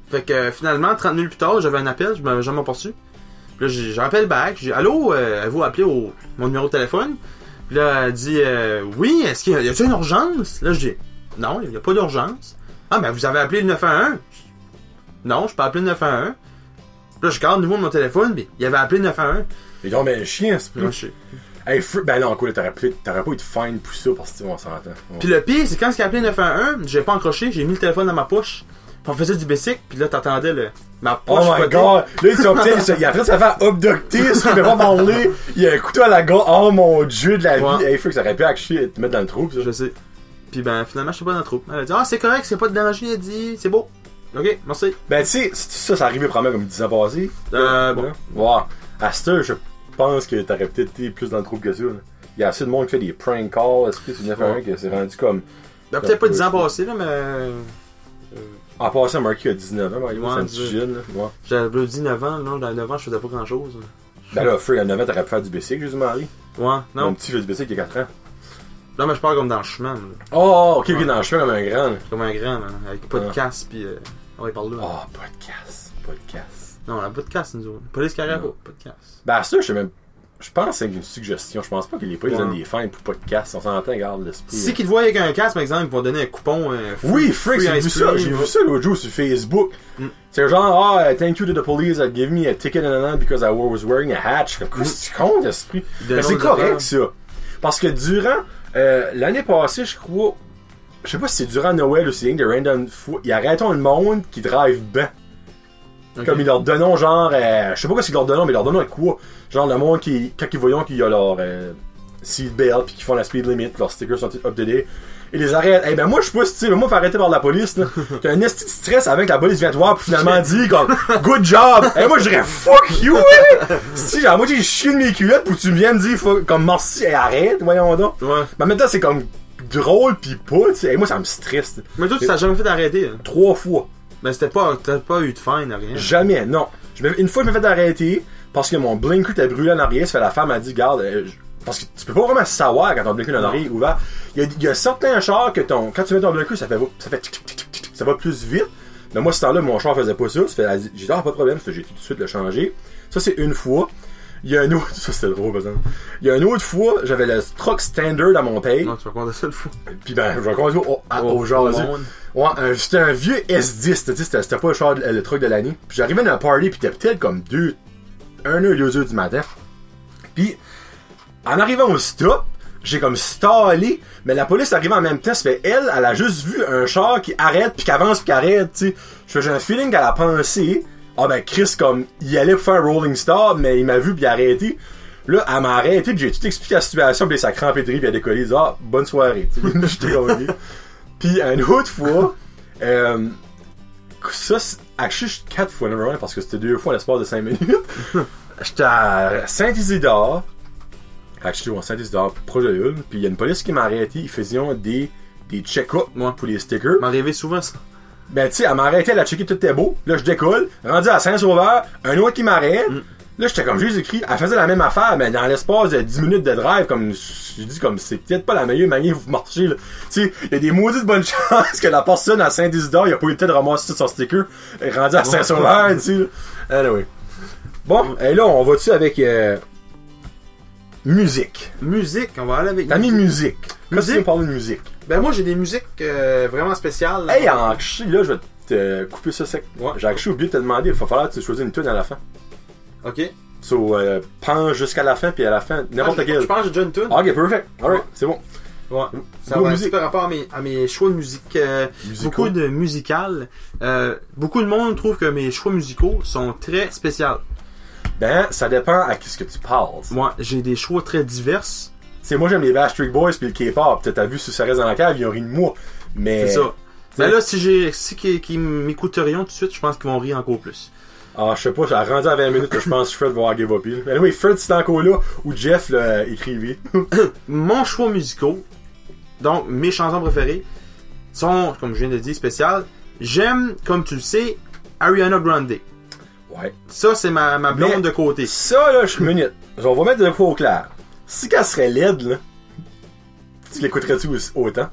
S2: Fait que euh, finalement, 30 minutes plus tard, j'avais un appel, je m'avais jamais aperçu. Puis là, j'ai- j'appelle back, j'ai dit Allô, euh, avez-vous appelé au mon numéro de téléphone Puis là, elle dit euh, Oui, est-ce qu'il y a, y a-t-il une urgence Là, je dis Non, il n'y a pas d'urgence. Ah, ben vous avez appelé le 911 Je dis, Non, je peux appeler le 911. Puis là, je garde le numéro de mon téléphone, puis il avait appelé le 911.
S1: Mais non, mais chien, c'est
S2: Puis là,
S1: plus.
S2: je sais.
S1: Hey, fr- ben non, cool, t'aurais, pu- t'aurais pas eu de fine pour ça, parce que on s'entend. Ouais.
S2: Puis le pire, c'est quand il a appelé le 911, j'ai pas encroché, j'ai mis le téléphone dans ma poche. Puis on faisait du bicycle, puis là, t'entendais le, ma
S1: Oh
S2: poche.
S1: my
S2: côté.
S1: god! Là, ils sont peut-être, ils- après, ça fait abducter, si tu peux pas parler. Il y a un couteau à la gorge. Oh mon dieu de la vie!
S2: Ouais.
S1: Hey, faut que ça aurait pu actually te mettre dans le trou, ça.
S2: Je sais. Puis ben finalement, je suis pas dans le troupe. Elle a dit Ah, c'est correct, c'est pas de danger, elle a dit c'est beau. Ok, merci.
S1: Ben, tu sais, si ça, ça arrivait probablement comme 10 ans passés.
S2: Euh, bon.
S1: Wow. À cette heure, je pense que t'aurais peut-être été plus dans le trouble que ça. là. Il y a assez de monde qui fait des prank calls, est-ce que tu viens faire un
S2: Ouais.
S1: que c'est rendu comme.
S2: Ben, peut-être pas 10 ans passés, là, mais. euh,
S1: En passant, Marky a 19 ans, Mario,
S2: Ouais,
S1: c'est un
S2: Dieu.
S1: petit jeune, là. Ouais.
S2: J'avais 19 ans, non, dans 9 ans, je faisais pas grand chose.
S1: Ben là, Free, à 9 ans, t'aurais pu faire du bicycle, Jésus Marie.
S2: Ouais, non.
S1: Mon petit fait du bicycle, il a 4 ans.
S2: Non, mais je parle comme dans le chemin, là.
S1: Oh, ok, ok, dans le chemin comme un grand, là.
S2: Comme un grand, là, avec pas de
S1: Ah.
S2: casse, puis. euh, on va parler là.
S1: Oh, podcast, podcast.
S2: Non, on a pas de casse, nous autres. Police carrière,
S1: Non.
S2: pas de casse.
S1: Ben, ça, je sais même. Je pense que c'est une suggestion. Je pense pas que les pays
S2: Ouais.
S1: donnent des fins pour podcast. On s'entend, regarde l'esprit.
S2: Si qu'ils te voient avec un casque, par exemple, ils vont donner un coupon. euh, free-
S1: Oui, Frick,
S2: free
S1: j'ai
S2: ice
S1: vu ça.
S2: cream,
S1: J'ai
S2: là.
S1: vu ça l'autre jour sur Facebook.
S2: Mm.
S1: C'est genre, ah, thank you to the police that gave me a ticket and an because I was wearing a hat. Je suis comme, qu'est-ce que tu comptes, l'esprit?
S2: Mm. De
S1: Ben, c'est
S2: l'autre
S1: correct,
S2: affaire.
S1: ça. Parce que durant euh, l'année passée, je crois, je sais pas si c'est durant Noël ou si c'est une des random fois, ils arrêtent le monde qui drive ben.
S2: Ok.
S1: Comme ils leur donnent genre, euh, je sais pas quoi c'est qu'ils leur donnent, mais ils leur donnent un quoi. Genre le monde qui, quand ils voient qu'il y a leur euh, seatbelt puis qu'ils font la speed limit, leurs stickers sont up to date, ils les arrêtent. Eh ben moi je suis pas si, tu sais, mais moi me faire arrêter par la police, là. T'as un esti de stress avec la police vient te voir pour finalement dire comme, good job. Eh moi je dirais fuck you, hein. Si genre moi j'ai chié de mes culottes pour que tu viennes me dire fuck- comme merci, eh, arrête, voyons donc.
S2: Ouais.
S1: Mais en même temps c'est comme drôle pis pas, tu sais. Eh, moi ça me stresse.
S2: Mais toi, tu t'as jamais fait arrêter. hein.
S1: Trois fois.
S2: Ben, c'était pas. T'as pas eu de fine, rien.
S1: Jamais, non. Je me- une fois, je me fait arrêter parce que mon blinker était brûlé en arrière. Ça fait la femme a dit, garde, euh, je- parce que tu peux pas vraiment savoir quand ton blinker est en
S2: Non.
S1: arrière est ouvert. Il y, a, il y a certains chars que ton, quand tu mets ton blinker, ça fait, ça fait, tic, tic, tic, tic, tic, tic, ça va plus vite. Mais moi, ce temps-là, mon char faisait pas ça. Ça fait- elle dit, J'ai dit, ah, pas de problème, ça, j'ai tout de suite le changé. Ça, c'est une fois. Il y a un autre, ça c'était drôle, par exemple. Il y a une autre fois, j'avais le truck standard à mon paye.
S2: Non, tu vas compter ça le fou.
S1: Puis ben, je vais encore dire au, à- au genre.
S2: monde.
S1: Ouais, un- c'était un vieux S10, tu sais, c'était- c'était pas le, char de- le truc de l'année. Puis j'arrivais dans un party, puis t'es peut-être comme 2, 1 heure, 2 heures du matin. Puis, en arrivant au stop, j'ai comme stallé, mais la police arrive en même temps, ça fait elle, elle a juste vu un char qui arrête, puis qui avance, puis qui arrête, tu sais. Je fais, J'ai un feeling qu'elle a pensé, ah ben Chris, comme, il allait pour faire un Rolling Star, mais il m'a vu, puis il a arrêté. Là, elle m'a arrêté, puis j'ai tout expliqué la situation, puis ça crampé de rire, puis elle a décollé, elle dit, ah, bonne soirée, tu sais. J'étais comme, Ok. Puis une autre fois, euh, ça, c'est- actually, j'étais quatre fois numéro un parce que c'était deux fois en l'espace de cinq minutes. j'étais à Saint-Isidore, actually, en Saint-Isidore, proche de Hull, puis il y a une police qui m'a arrêté, ils faisaient des, des check-up
S2: Ouais.
S1: pour les stickers.
S2: M'arrivait souvent ça.
S1: Ben, tu sais, elle m'a arrêté, elle a checké tout était beau. Là, je décolle. Rendu à Saint-Sauveur, un autre qui m'arrête. Là, j'étais comme juste écrit, elle faisait la même affaire, mais dans l'espace de 10 minutes de drive, comme je dis, comme c'est peut-être pas la meilleure manière de vous marcher. là. Tu sais, il y a des maudites bonnes chances que la personne à Saint-Isidore, il a pas eu le temps de ramasser tout son sticker, elle est rendu à Saint-Sauveur, tu sais. là. Anyway. Bon, et là, on va-tu avec euh, musique.
S2: Musique, on va aller avec.
S1: T'as mis musique. Là, tu
S2: Musique?
S1: veux parler de musique.
S2: Ben moi j'ai des musiques euh, vraiment spéciales. là.
S1: Hey, en chi, là, je vais te couper ça sec. Ouais, j'ai en chi oublié de te demander, il va falloir que tu choisisses une tune à la fin.
S2: Ok.
S1: So, euh, pense jusqu'à la fin, puis à la fin, n'importe
S2: Ah, je-
S1: quelle.
S2: Je pense que j'ai déjà une tune.
S1: Ok, perfect. Alright, c'est bon.
S2: Ouais. Ça
S1: Go
S2: va un
S1: musique.
S2: petit peu rapport à mes, à mes choix de musique. euh,
S1: Musicaux.
S2: beaucoup de musicales. Euh, beaucoup de monde trouve que mes choix musicaux sont très spéciaux.
S1: Ben, ça dépend à qui ce que tu parles.
S2: Moi, j'ai des choix très divers.
S1: C'est moi j'aime les Backstreet Boys puis le K-pop. Peut-être t'as vu si ça reste dans la cave, ils ont ri de moi. Mais
S2: C'est ça.
S1: t'sais-
S2: Mais là, si j'ai si qui, qui m'écouterions tout de suite, je pense qu'ils vont rire encore plus.
S1: ah, je sais pas, ça a rendu à 20 minutes que je pense que Fred va avoir give up. Mais anyway, Fred c'est encore là ou Jeff euh, là, écrivait.
S2: Mon choix musicaux, donc mes chansons préférées, sont, comme je viens de le dire, spéciales. J'aime, comme tu le sais, Ariana Grande.
S1: ouais.
S2: Ça, c'est ma, ma blonde
S1: Mais-
S2: de côté.
S1: Ça là, je suis minute. On va mettre de quoi au clair. Si qu'elle serait laide là, tu l'écouterais-tu aussi- autant?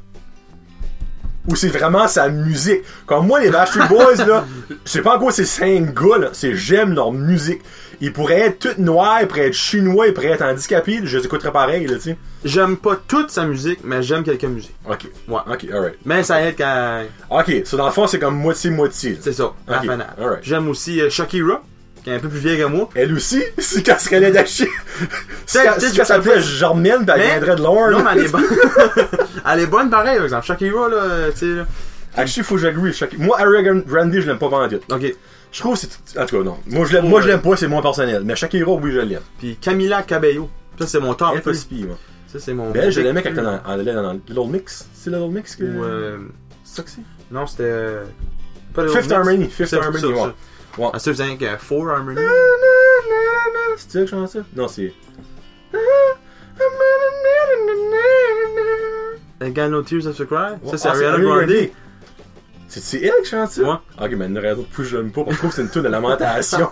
S1: Ou c'est vraiment sa musique? Comme moi, les Backstreet Boys, là, je sais pas en quoi c'est cinq gars, là, c'est j'aime leur musique. Ils pourraient être toutes noirs, ils pourraient être chinois, ils pourraient être handicapés, je les écouterais pareil, là, tu sais.
S2: J'aime pas toute sa musique, mais j'aime quelques musiques.
S1: Ok.
S2: Ouais.
S1: Ok, alright.
S2: Mais ça aide quand.
S1: Ok, so dans le fond, c'est comme moitié-moitié.
S2: C'est ça, la
S1: Ok,
S2: finale.
S1: alright.
S2: J'aime aussi euh, Shakira, qui est un peu plus vieille que moi.
S1: Elle aussi, si qu'elle serait laide à chier. Si
S2: Peut-être-
S1: qu'elle
S2: peut-être
S1: si qu'elle
S2: que ça
S1: s'appelait
S2: peut-
S1: Germaine, ben elle
S2: Mais-
S1: viendrait de loin.
S2: Non, mais
S1: là.
S2: elle est bonne. elle est bonne pareil, par exemple. Shakira, là, euh, tu sais, là.
S1: Actually, faut que j'agree. chaque- Moi, Ariana Grande, je l'aime pas pendant tout.
S2: Ok.
S1: Je trouve que c'est. En tout cas, non. Moi, je l'aime, moi, je l'aime pas, c'est moi personnel. Mais Shakira, oui, je l'aime.
S2: Puis Camila Cabello. Ça, c'est mon top.
S1: Elle est pas
S2: plus.
S1: si pire, moi.
S2: Ça, c'est mon.
S1: Ben, je l'aimais quand
S2: plus.
S1: elle était dans, en- elle est dans Little Mix. C'est Little Mix que.
S2: Ou, euh,
S1: C'est ça que c'est
S2: Non, c'était. euh, Pas le
S1: Fifth
S2: Mix.
S1: Harmony. Fifth
S2: Ça,
S1: Harmony,
S2: ça,
S1: ouais.
S2: ça.
S1: Ouais.
S2: Ah, ça, vous avez que Four Harmony.
S1: C'est ça que je chante ça? Non, c'est.
S2: I Got No Tears Have to Cry. Ça, c'est
S1: Ah,
S2: Ariana Grande.
S1: C'est c'est elle qui chante ça?
S2: Ouais.
S1: Ok, mais une raison de plus je l'aime pas, parce que je trouve que c'est une tune de lamentation.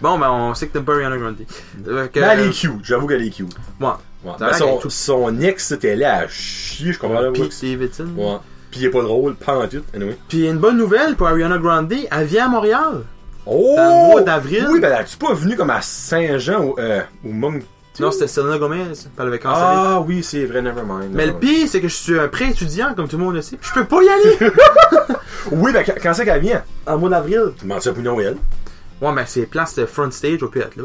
S2: Bon, ben, on sait que t'aimes pas Ariana Grande. Fait que,
S1: Mais elle
S2: euh,
S1: est cute, j'avoue qu'elle est cute.
S2: Ouais.
S1: Ouais.
S2: Ça
S1: Ben,
S2: va, elle
S1: son,
S2: est tout-
S1: son ex, c'était là à chier, je comprends pas.
S2: Pete euh, Davidson.
S1: Ouais. Pis il est pas drôle, pas en tout, anyway.
S2: Puis une bonne nouvelle pour Ariana Grande, elle vient à Montréal.
S1: Oh!
S2: Dans le mois d'avril.
S1: Oui, ben, tu pas venu comme à Saint-Jean ou, euh, ou Moncton?
S2: Non, c'était Selena Gomez. Elle avait cancer.
S1: Ah oui, c'est vrai, nevermind.
S2: Mais le pire, c'est que je suis un pré-étudiant, comme tout le monde le sait. puis Je peux pas y aller!
S1: Oui, ben, quand quand c'est qu'elle vient?
S2: en mois d'avril.
S1: Tu m'en dis pour Noël?
S2: Ouais, mais c'est place de front stage au Piat, là.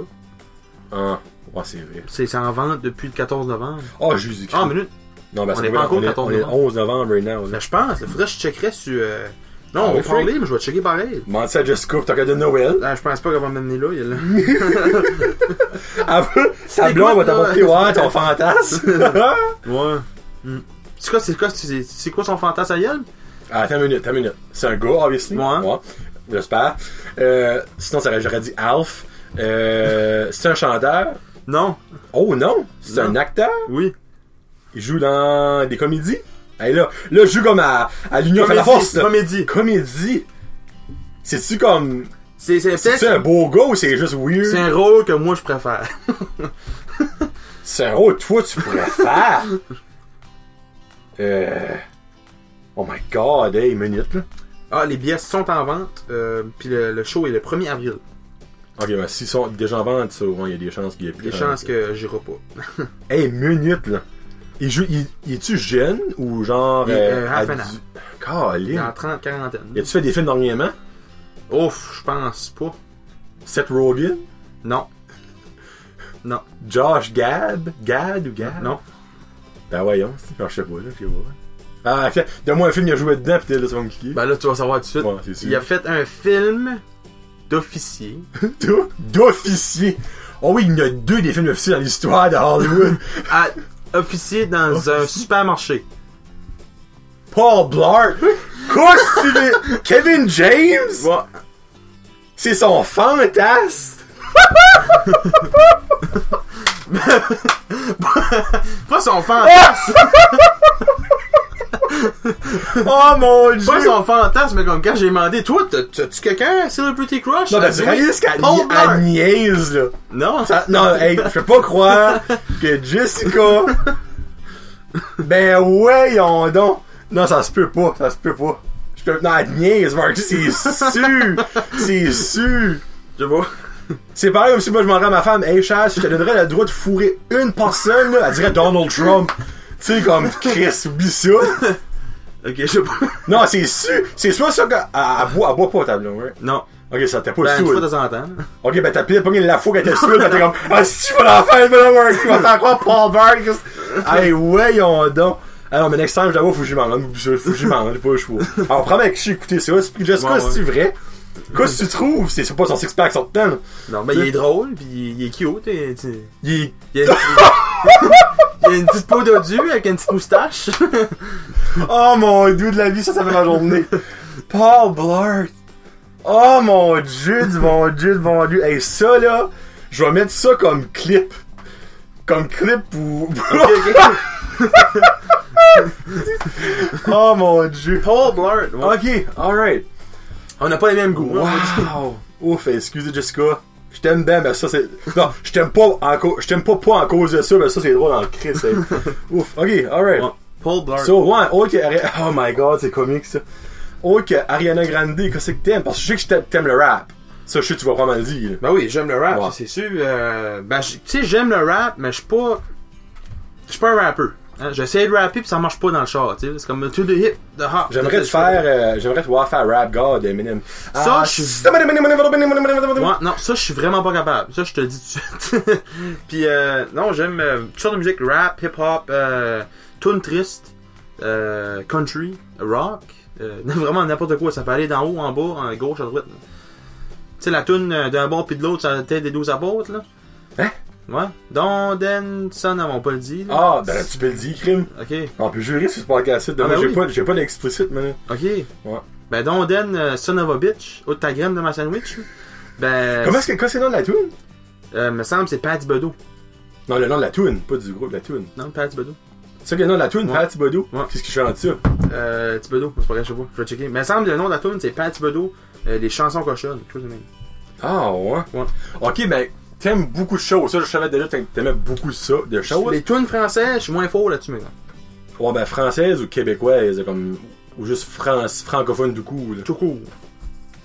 S1: Ah, ouais, c'est vrai.
S2: C'est c'est en vente depuis le 14 novembre.
S1: Oh, Jésus-Christ.
S2: Ah, minute.
S1: Non, ben,
S2: on
S1: c'est
S2: est
S1: vrai,
S2: pas encore
S1: on, est,
S2: 14
S1: on est le
S2: novembre.
S1: 11 novembre right now. là.
S2: Ben, je pense. Il faudrait que je checkerais sur. euh,
S1: Ah,
S2: Non, on
S1: oui,
S2: va parler, mais je vais checker pareil.
S1: M'en dis à Jessica, t'as qu'à de Noël.
S2: Ah, je pense pas qu'elle va m'amener là. Il, là.
S1: Ah, Sa
S2: C'est
S1: blonde va
S2: quoi,
S1: t'apporter, ouais, ton fantasme.
S2: ouais. Hmm. C'est quoi, c'est quoi, c'est c'est quoi son fantasme à elle?
S1: Ah, attends une minute, attends une minute. C'est un gars, obviously.
S2: Ouais.
S1: J'espère. Euh, sinon, ça aurait- j'aurais dit Alf. Euh, c'est un chanteur.
S2: Non.
S1: Oh non, c'est
S2: Non.
S1: un acteur.
S2: Oui.
S1: Il joue dans des comédies. Hey, là, là, je joue comme à, à l'Union fait la force. là.
S2: Comédie.
S1: Comédie. C'est-tu comme.
S2: C'est c'est-
S1: C'est un beau gars ou c'est juste
S2: c'est
S1: weird?
S2: un rôle que moi je préfère.
S1: C'est un rôle, toi, tu pourrais faire. Euh. Oh my god, hey, minute, là.
S2: Ah, les billets sont en vente. euh, puis le, le show est le 1er avril.
S1: Ok, ben, s'ils sont déjà en vente, ça, ouais, il y a des chances qu'il y ait plus.
S2: Des
S1: de
S2: chances
S1: vente.
S2: que j'irai pas.
S1: Hey, minute, là. Il joue. Il, il est-tu jeune ou genre.
S2: Il est, euh, half an
S1: Calé.
S2: En 30, quarantaine.
S1: As-tu fait des films dernièrement?
S2: Ouf, je pense pas.
S1: Seth Rogen?
S2: Non. Non.
S1: Josh Gad? Gad ou Gad?
S2: Non.
S1: Ben voyons, c'est- je sais pas, là, je sais pas. Ah, ok. Donne-moi un film, il a joué dedans, pis là, ça va me cliquer.
S2: Ben là, tu vas savoir tout de suite.
S1: Ouais, c'est sûr.
S2: Il a fait un film d'officier.
S1: Tout D'officier! Oh oui, il y en a deux des films officiers dans l'histoire de Hollywood.
S2: à- Ah, officier dans un supermarché.
S1: Paul Blart! Qu'est-ce que tu veux? Kevin James?
S2: Ouais.
S1: C'est son fantasme!
S2: Pas son fantasme!
S1: Oh mon dieu!
S2: Pas son fantasme, mais comme quand j'ai demandé, toi, t'as- t'as-tu quelqu'un, Celebrity Crush?
S1: Non,
S2: Elle
S1: ben,
S2: dit
S1: tu
S2: oui.
S1: réalises qu'elle
S2: Oh,
S1: nia- elle niaise, là.
S2: Non,
S1: Ça- Ah, non, hey, je peux pas croire que Jessica. ben ouais, on donc. Non, ça se peut pas, ça se peut pas. Je peux. Non, elle niaise, Mark, c'est sûr! c'est sûr!
S2: je vois.
S1: C'est pareil comme si moi je demanderais à ma femme, hey Chas, je te donnerais le droit de fourrer une personne, là. Elle dirait Donald Trump. Tu sais, comme Chris, oublie ça.
S2: Ok, je sais pas.
S1: Non, c'est sûr! C'est soit ça qu'elle elle boit, elle boit pas au tableau, ouais.
S2: Non.
S1: Ok, ça t'es pas
S2: Ben, une
S1: saoul.
S2: fois de temps en temps. là.
S1: Ok, ben t'as peut-être pas mis la fougue à tes souliers, ben t'es comme, ah si tu vas la faire, ben là, tu vas faire quoi, Paul Burke? hey, voyons donc. Alors, mais next time, je l'avoue, faut que j'y mange, faut que j'y mange, pas le choix. Alors, prends avec qui écouter ça, c'est Jessica,
S2: Ouais, ouais.
S1: c'est vrai. Qu'est-ce que tu trouves? C'est c'est pas son six-pack, son ten.
S2: Non, mais il est drôle, pis il est cute. et tu-
S1: Il est-
S2: Il a une, il a une petite peau d'odieux avec une petite moustache.
S1: Oh mon dieu de la vie, ça, ça fait ma journée. Paul Blart. Oh mon dieu, du bon dieu, du bon dieu. Hey, ça là, je vais mettre ça comme clip. Comme clip ou. oh mon dieu.
S2: Paul Blart. ouais.
S1: Ok, alright.
S2: On n'a pas les mêmes goûts. hein, on dit.
S1: Wow. Ouf, excusez Jessica. Je t'aime bien, mais ça c'est. Non, je t'aime pas en cause. Je t'aime pas pas en cause de ça, mais ça c'est drôle en Christ. hey. Ouf, ok, alright.
S2: Ouais. Paul Blart.
S1: So, ouais, autre que Ari- Oh my god, c'est comique ça. Autre que Ariana Grande, qu'est-ce que t'aimes? Parce que je sais que t'aimes- t'aimes le rap. Ça, je sais que tu vas pas mal dire. là.
S2: Ben oui, j'aime le rap,
S1: Ouais.
S2: c'est sûr. Euh, ben, je- tu sais, j'aime le rap, mais je suis pas. Je suis pas un rappeur. Hein, J'essaie de rapper pis ça marche pas dans le char, tu sais. C'est comme to the hip, the hop.
S1: J'aimerais te faire, euh, j'aimerais te voir faire Rap God Ah, Eminem.
S2: Ça, je suis-
S1: c'est-
S2: Ouais, non, ça, je suis vraiment pas capable. Ça, je te le dis tout de suite. Puis, euh, non, j'aime euh, toutes sortes de musique rap, hip-hop, euh, tune triste, euh, country, rock. euh, vraiment n'importe quoi. Ça peut aller d'en haut, en bas, en gauche, à droite. là. Tu sais, la tune euh, d'un bord puis de l'autre, ça la tête des 12 apôtres, là.
S1: Hein?
S2: Ouais. Don't then son, on va pas le dire. là.
S1: Ah, ben tu peux le dire, crime.
S2: Ok,
S1: On peut jurer sur ce podcast.
S2: Ah,
S1: Demain,
S2: ben
S1: j'ai
S2: oui.
S1: pas, j'ai pas d'explicite, mais.
S2: ok.
S1: Ouais.
S2: Ben, don't then euh, son of a bitch, ou ta graine de ma sandwich. Ben,
S1: Comment est-ce que, quoi, c'est le nom de la tune?
S2: euh, me semble, c'est Patty Bedeau.
S1: Non, le nom de la tune, pas du groupe, la tune.
S2: Non, Patty Bedeau.
S1: C'est le nom de la tune,
S2: Ouais.
S1: Pat Thibodeau.
S2: Ouais.
S1: Qu'est-ce qui chante ça?
S2: Euh, Thibodeau, c'est pas grave, je sais pas, je vais checker. Mais il semble que le nom de la tune c'est Pat Thibodeau, euh, les chansons cochonnes, quelque chose de même.
S1: Ah, ouais.
S2: Ouais.
S1: Ok, ben, t'aimes beaucoup de choses. Ça, je savais déjà que t'aimais beaucoup de ça, de choses.
S2: Les tunes françaises, je suis moins fort là-dessus, mais non.
S1: Ouais, ben française ou québécoise, comme. Ou juste France, francophone du coup. là.
S2: Tout court.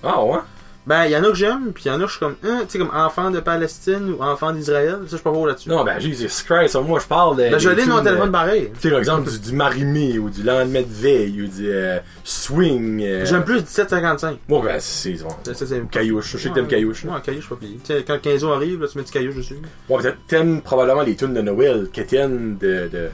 S1: Ah ouais?
S2: Ben, il y en a que j'aime, puis il y en a que je suis comme, hein, tu sais, comme enfant de Palestine ou enfant d'Israël, ça, je suis pas fort là-dessus.
S1: Non, euh, ben Jesus Christ, moi je parle de.
S2: Ben, je l'ai dans mon téléphone pareil.
S1: Tu sais, par exemple, du, du marimé ou du lendemain de veille ou du euh, swing. euh,
S2: J'aime plus 1755.
S1: Bon, ben c'est. Bon.
S2: Ça, ça, c'est.
S1: Caillouche, je sais que t'aimes Caillouche. là.
S2: Moi, caillouche, je suis pas payé. Tu sais, quand 15 ans arrive, là, tu mets du caillouche dessus.
S1: Ouais, peut-être t'aimes probablement les tunes de Noël, qu'Étienne de. de...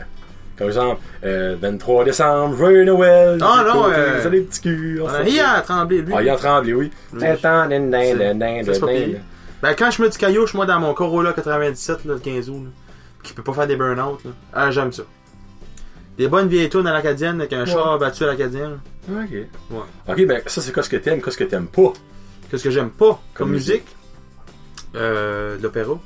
S1: Par exemple, euh, 23 décembre, Joyeux Noël!
S2: Ah,
S1: j'ai
S2: non,
S1: compté,
S2: euh,
S1: ça, les petits culs! on
S2: Ah,
S1: s'en
S2: il
S1: fout.
S2: a tremblé, lui.
S1: Ah, il en tremblait, oui.
S2: Oui.
S1: Attends, din, din, din, din,
S2: Ça, c'est pas
S1: din.
S2: pire. Ben, quand je mets du caillouche, moi, dans mon Corolla 97, là, le 15 août, là, qui peut pas faire des burn-out, là, ah, j'aime ça. Des bonnes vieilles tunes à l'acadienne, avec un
S1: Ouais.
S2: char battu à l'acadienne.
S1: Ok.
S2: Ouais.
S1: Ok, ben ça c'est quoi ce que t'aimes, quoi ce que t'aimes pas.
S2: Qu'est-ce que j'aime pas comme,
S1: Comme
S2: musique? Euh, de l'opéra.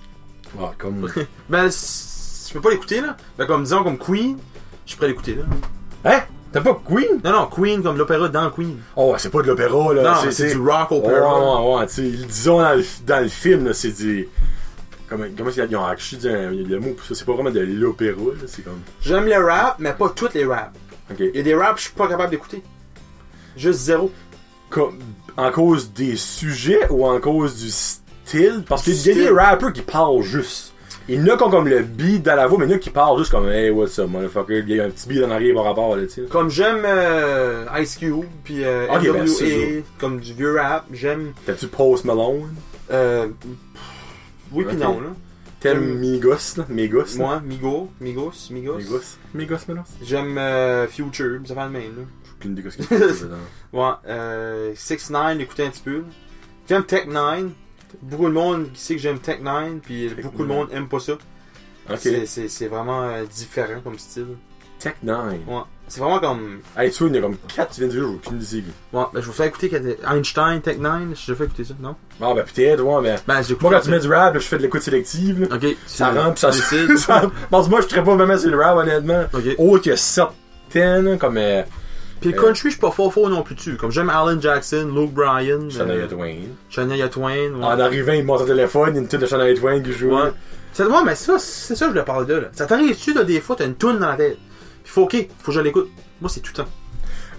S1: Ah, comme.
S2: Ben, c- je peux pas l'écouter, là. Ben, comme, disons, comme Queen, je pourrais l'écouter, là.
S1: hein? T'aimes pas Queen?
S2: Non, non, Queen, comme l'opéra dans Queen.
S1: Oh, c'est pas de l'opéra là.
S2: Non, c'est du rock
S1: Ouais,
S2: opéra.
S1: ouais, ouais, tu sais, disons dans le, dans le film, là, c'est du. Comment, comment ils ont acheté le mot pour ça? C'est pas vraiment de l'opéra, là, c'est comme.
S2: J'aime le rap, mais pas toutes les raps.
S1: Ok.
S2: Il y a des raps que je suis pas capable d'écouter. Juste zéro.
S1: Comme- en cause des sujets ou en cause du style? Parce qu'il y a
S2: Style.
S1: des rappers qui parlent juste. Il y en a qui ont comme le beat dans la voix, mais il y en a qui parlent juste comme Hey, what's up, motherfucker? Il y a un petit beat en arrière par rapport, là, tu sais.
S2: Comme j'aime euh, Ice Cube puis euh,
S1: Ok, ben,
S2: NWA,
S1: c'est
S2: comme du vieux rap, j'aime
S1: T'as-tu Post Malone?
S2: euh, oui puis
S1: Ok.
S2: non là.
S1: T'aimes
S2: J'aime-
S1: Migos, là? Migos? là?
S2: Moi, Migo, Migos, Migos.
S1: Migos? Migos, Migos?
S2: J'aime euh, Future, ça fait le même là.
S1: Aucune idée de ce que c'est, là.
S2: Ouais, euh, 6 9 écoutez un petit peu. là. J'aime Tech 9. Beaucoup de monde qui sait que j'aime Tech 9 puis beaucoup de
S1: Nine.
S2: monde aime pas ça.
S1: Ok.
S2: C'est- C'est c'est vraiment euh, différent comme style.
S1: Tech 9.
S2: Ouais. C'est vraiment comme
S1: Hey, tu vois, il y en a comme 4 tu viens de dire, j'ai aucune idée.
S2: ouais, ben, je vous fais écouter que- Einstein Tech 9, je te fais écouter ça, non
S1: Ah, ben peut-être, ouais, mais.
S2: Ben, j'ai
S1: Moi, quand tu mets du rap, là, je fais de l'écoute sélective, là.
S2: OK, tu-
S1: Ça rentre, pis ça
S2: tu
S1: se.
S2: décides.
S1: ça- Parce que moi, je serais pas vraiment sur le rap, honnêtement.
S2: OK.
S1: Autre que certaines, comme. euh,
S2: Puis le
S1: Ouais.
S2: country, je suis pas fort fort non plus dessus. Comme j'aime Alan Jackson, Luke Bryan,
S1: Shania
S2: euh,
S1: Twain. Ah,
S2: Shania Twain. ouais.
S1: En arrivant, il monte au téléphone, il y a une tune de Shania Twain qui joue.
S2: Ouais. C'est ouais, mais ça, c'est ça que je voulais parler de là. Ça t'arrive-tu là, des fois, t'as une toune dans la tête. Puis faut ok, faut que je l'écoute. Moi c'est tout le temps.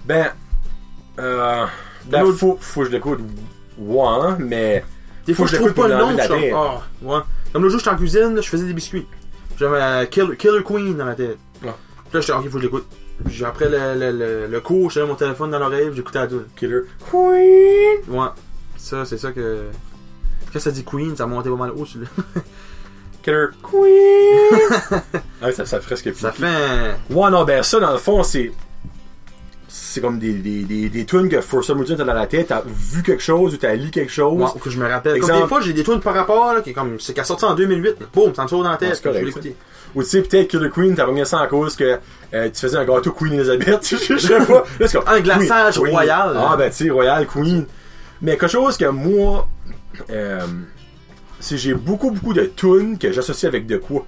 S1: Ben, euh, ben,
S2: Une autre-
S1: faut, faut que je l'écoute. Ouais, hein, mais
S2: Des fois
S1: Faut que
S2: je
S1: je
S2: trouve
S1: l'écoute
S2: pas
S1: pour
S2: le
S1: l'enlever
S2: nom,
S1: de la
S2: je suis
S1: tête.
S2: comme, ah, ouais. Comme le jour j'étais en cuisine, je faisais des biscuits. J'avais euh, Killer, Killer Queen dans la tête. Puis
S1: Ouais.
S2: là j'étais ok, faut que je l'écoute. Puis après le, le, le, le cours, j'avais mon téléphone dans l'oreille, puis j'écoutais la toune.
S1: Killer Queen.
S2: Ouais. Ça, c'est ça que. Quand ça dit Queen, ça montait pas mal haut celui-là.
S1: Killer Queen. ah, oui, ça, ça ferait ce que
S2: Ça fait un.
S1: Ouais, non, ben ça, dans le fond, c'est. C'est comme des, des, des, des tunes que For Some Reason t'as dans la tête, t'as vu quelque chose ou t'as lu quelque chose.
S2: Ouais, que je me rappelle. Comme
S1: Exemple.
S2: des fois, j'ai des tunes par rapport, là, qui est comme. C'est qu'elle est sortie en 2008, là. Boum, ça me sort dans la
S1: Ouais,
S2: tête,
S1: c'est
S2: je vais
S1: correct,
S2: l'écouter.
S1: Ou tu sais, peut-être Killer Queen, t'as remis ça en cause que euh, tu faisais un gâteau Queen Elizabeth, je sais pas. Là, c'est comme,
S2: Un glaçage
S1: Queen, Queen.
S2: royal.
S1: Ah, ben tu sais, Royal Queen. Mais quelque chose que moi, euh, c'est j'ai beaucoup, beaucoup de tunes que j'associe avec de quoi.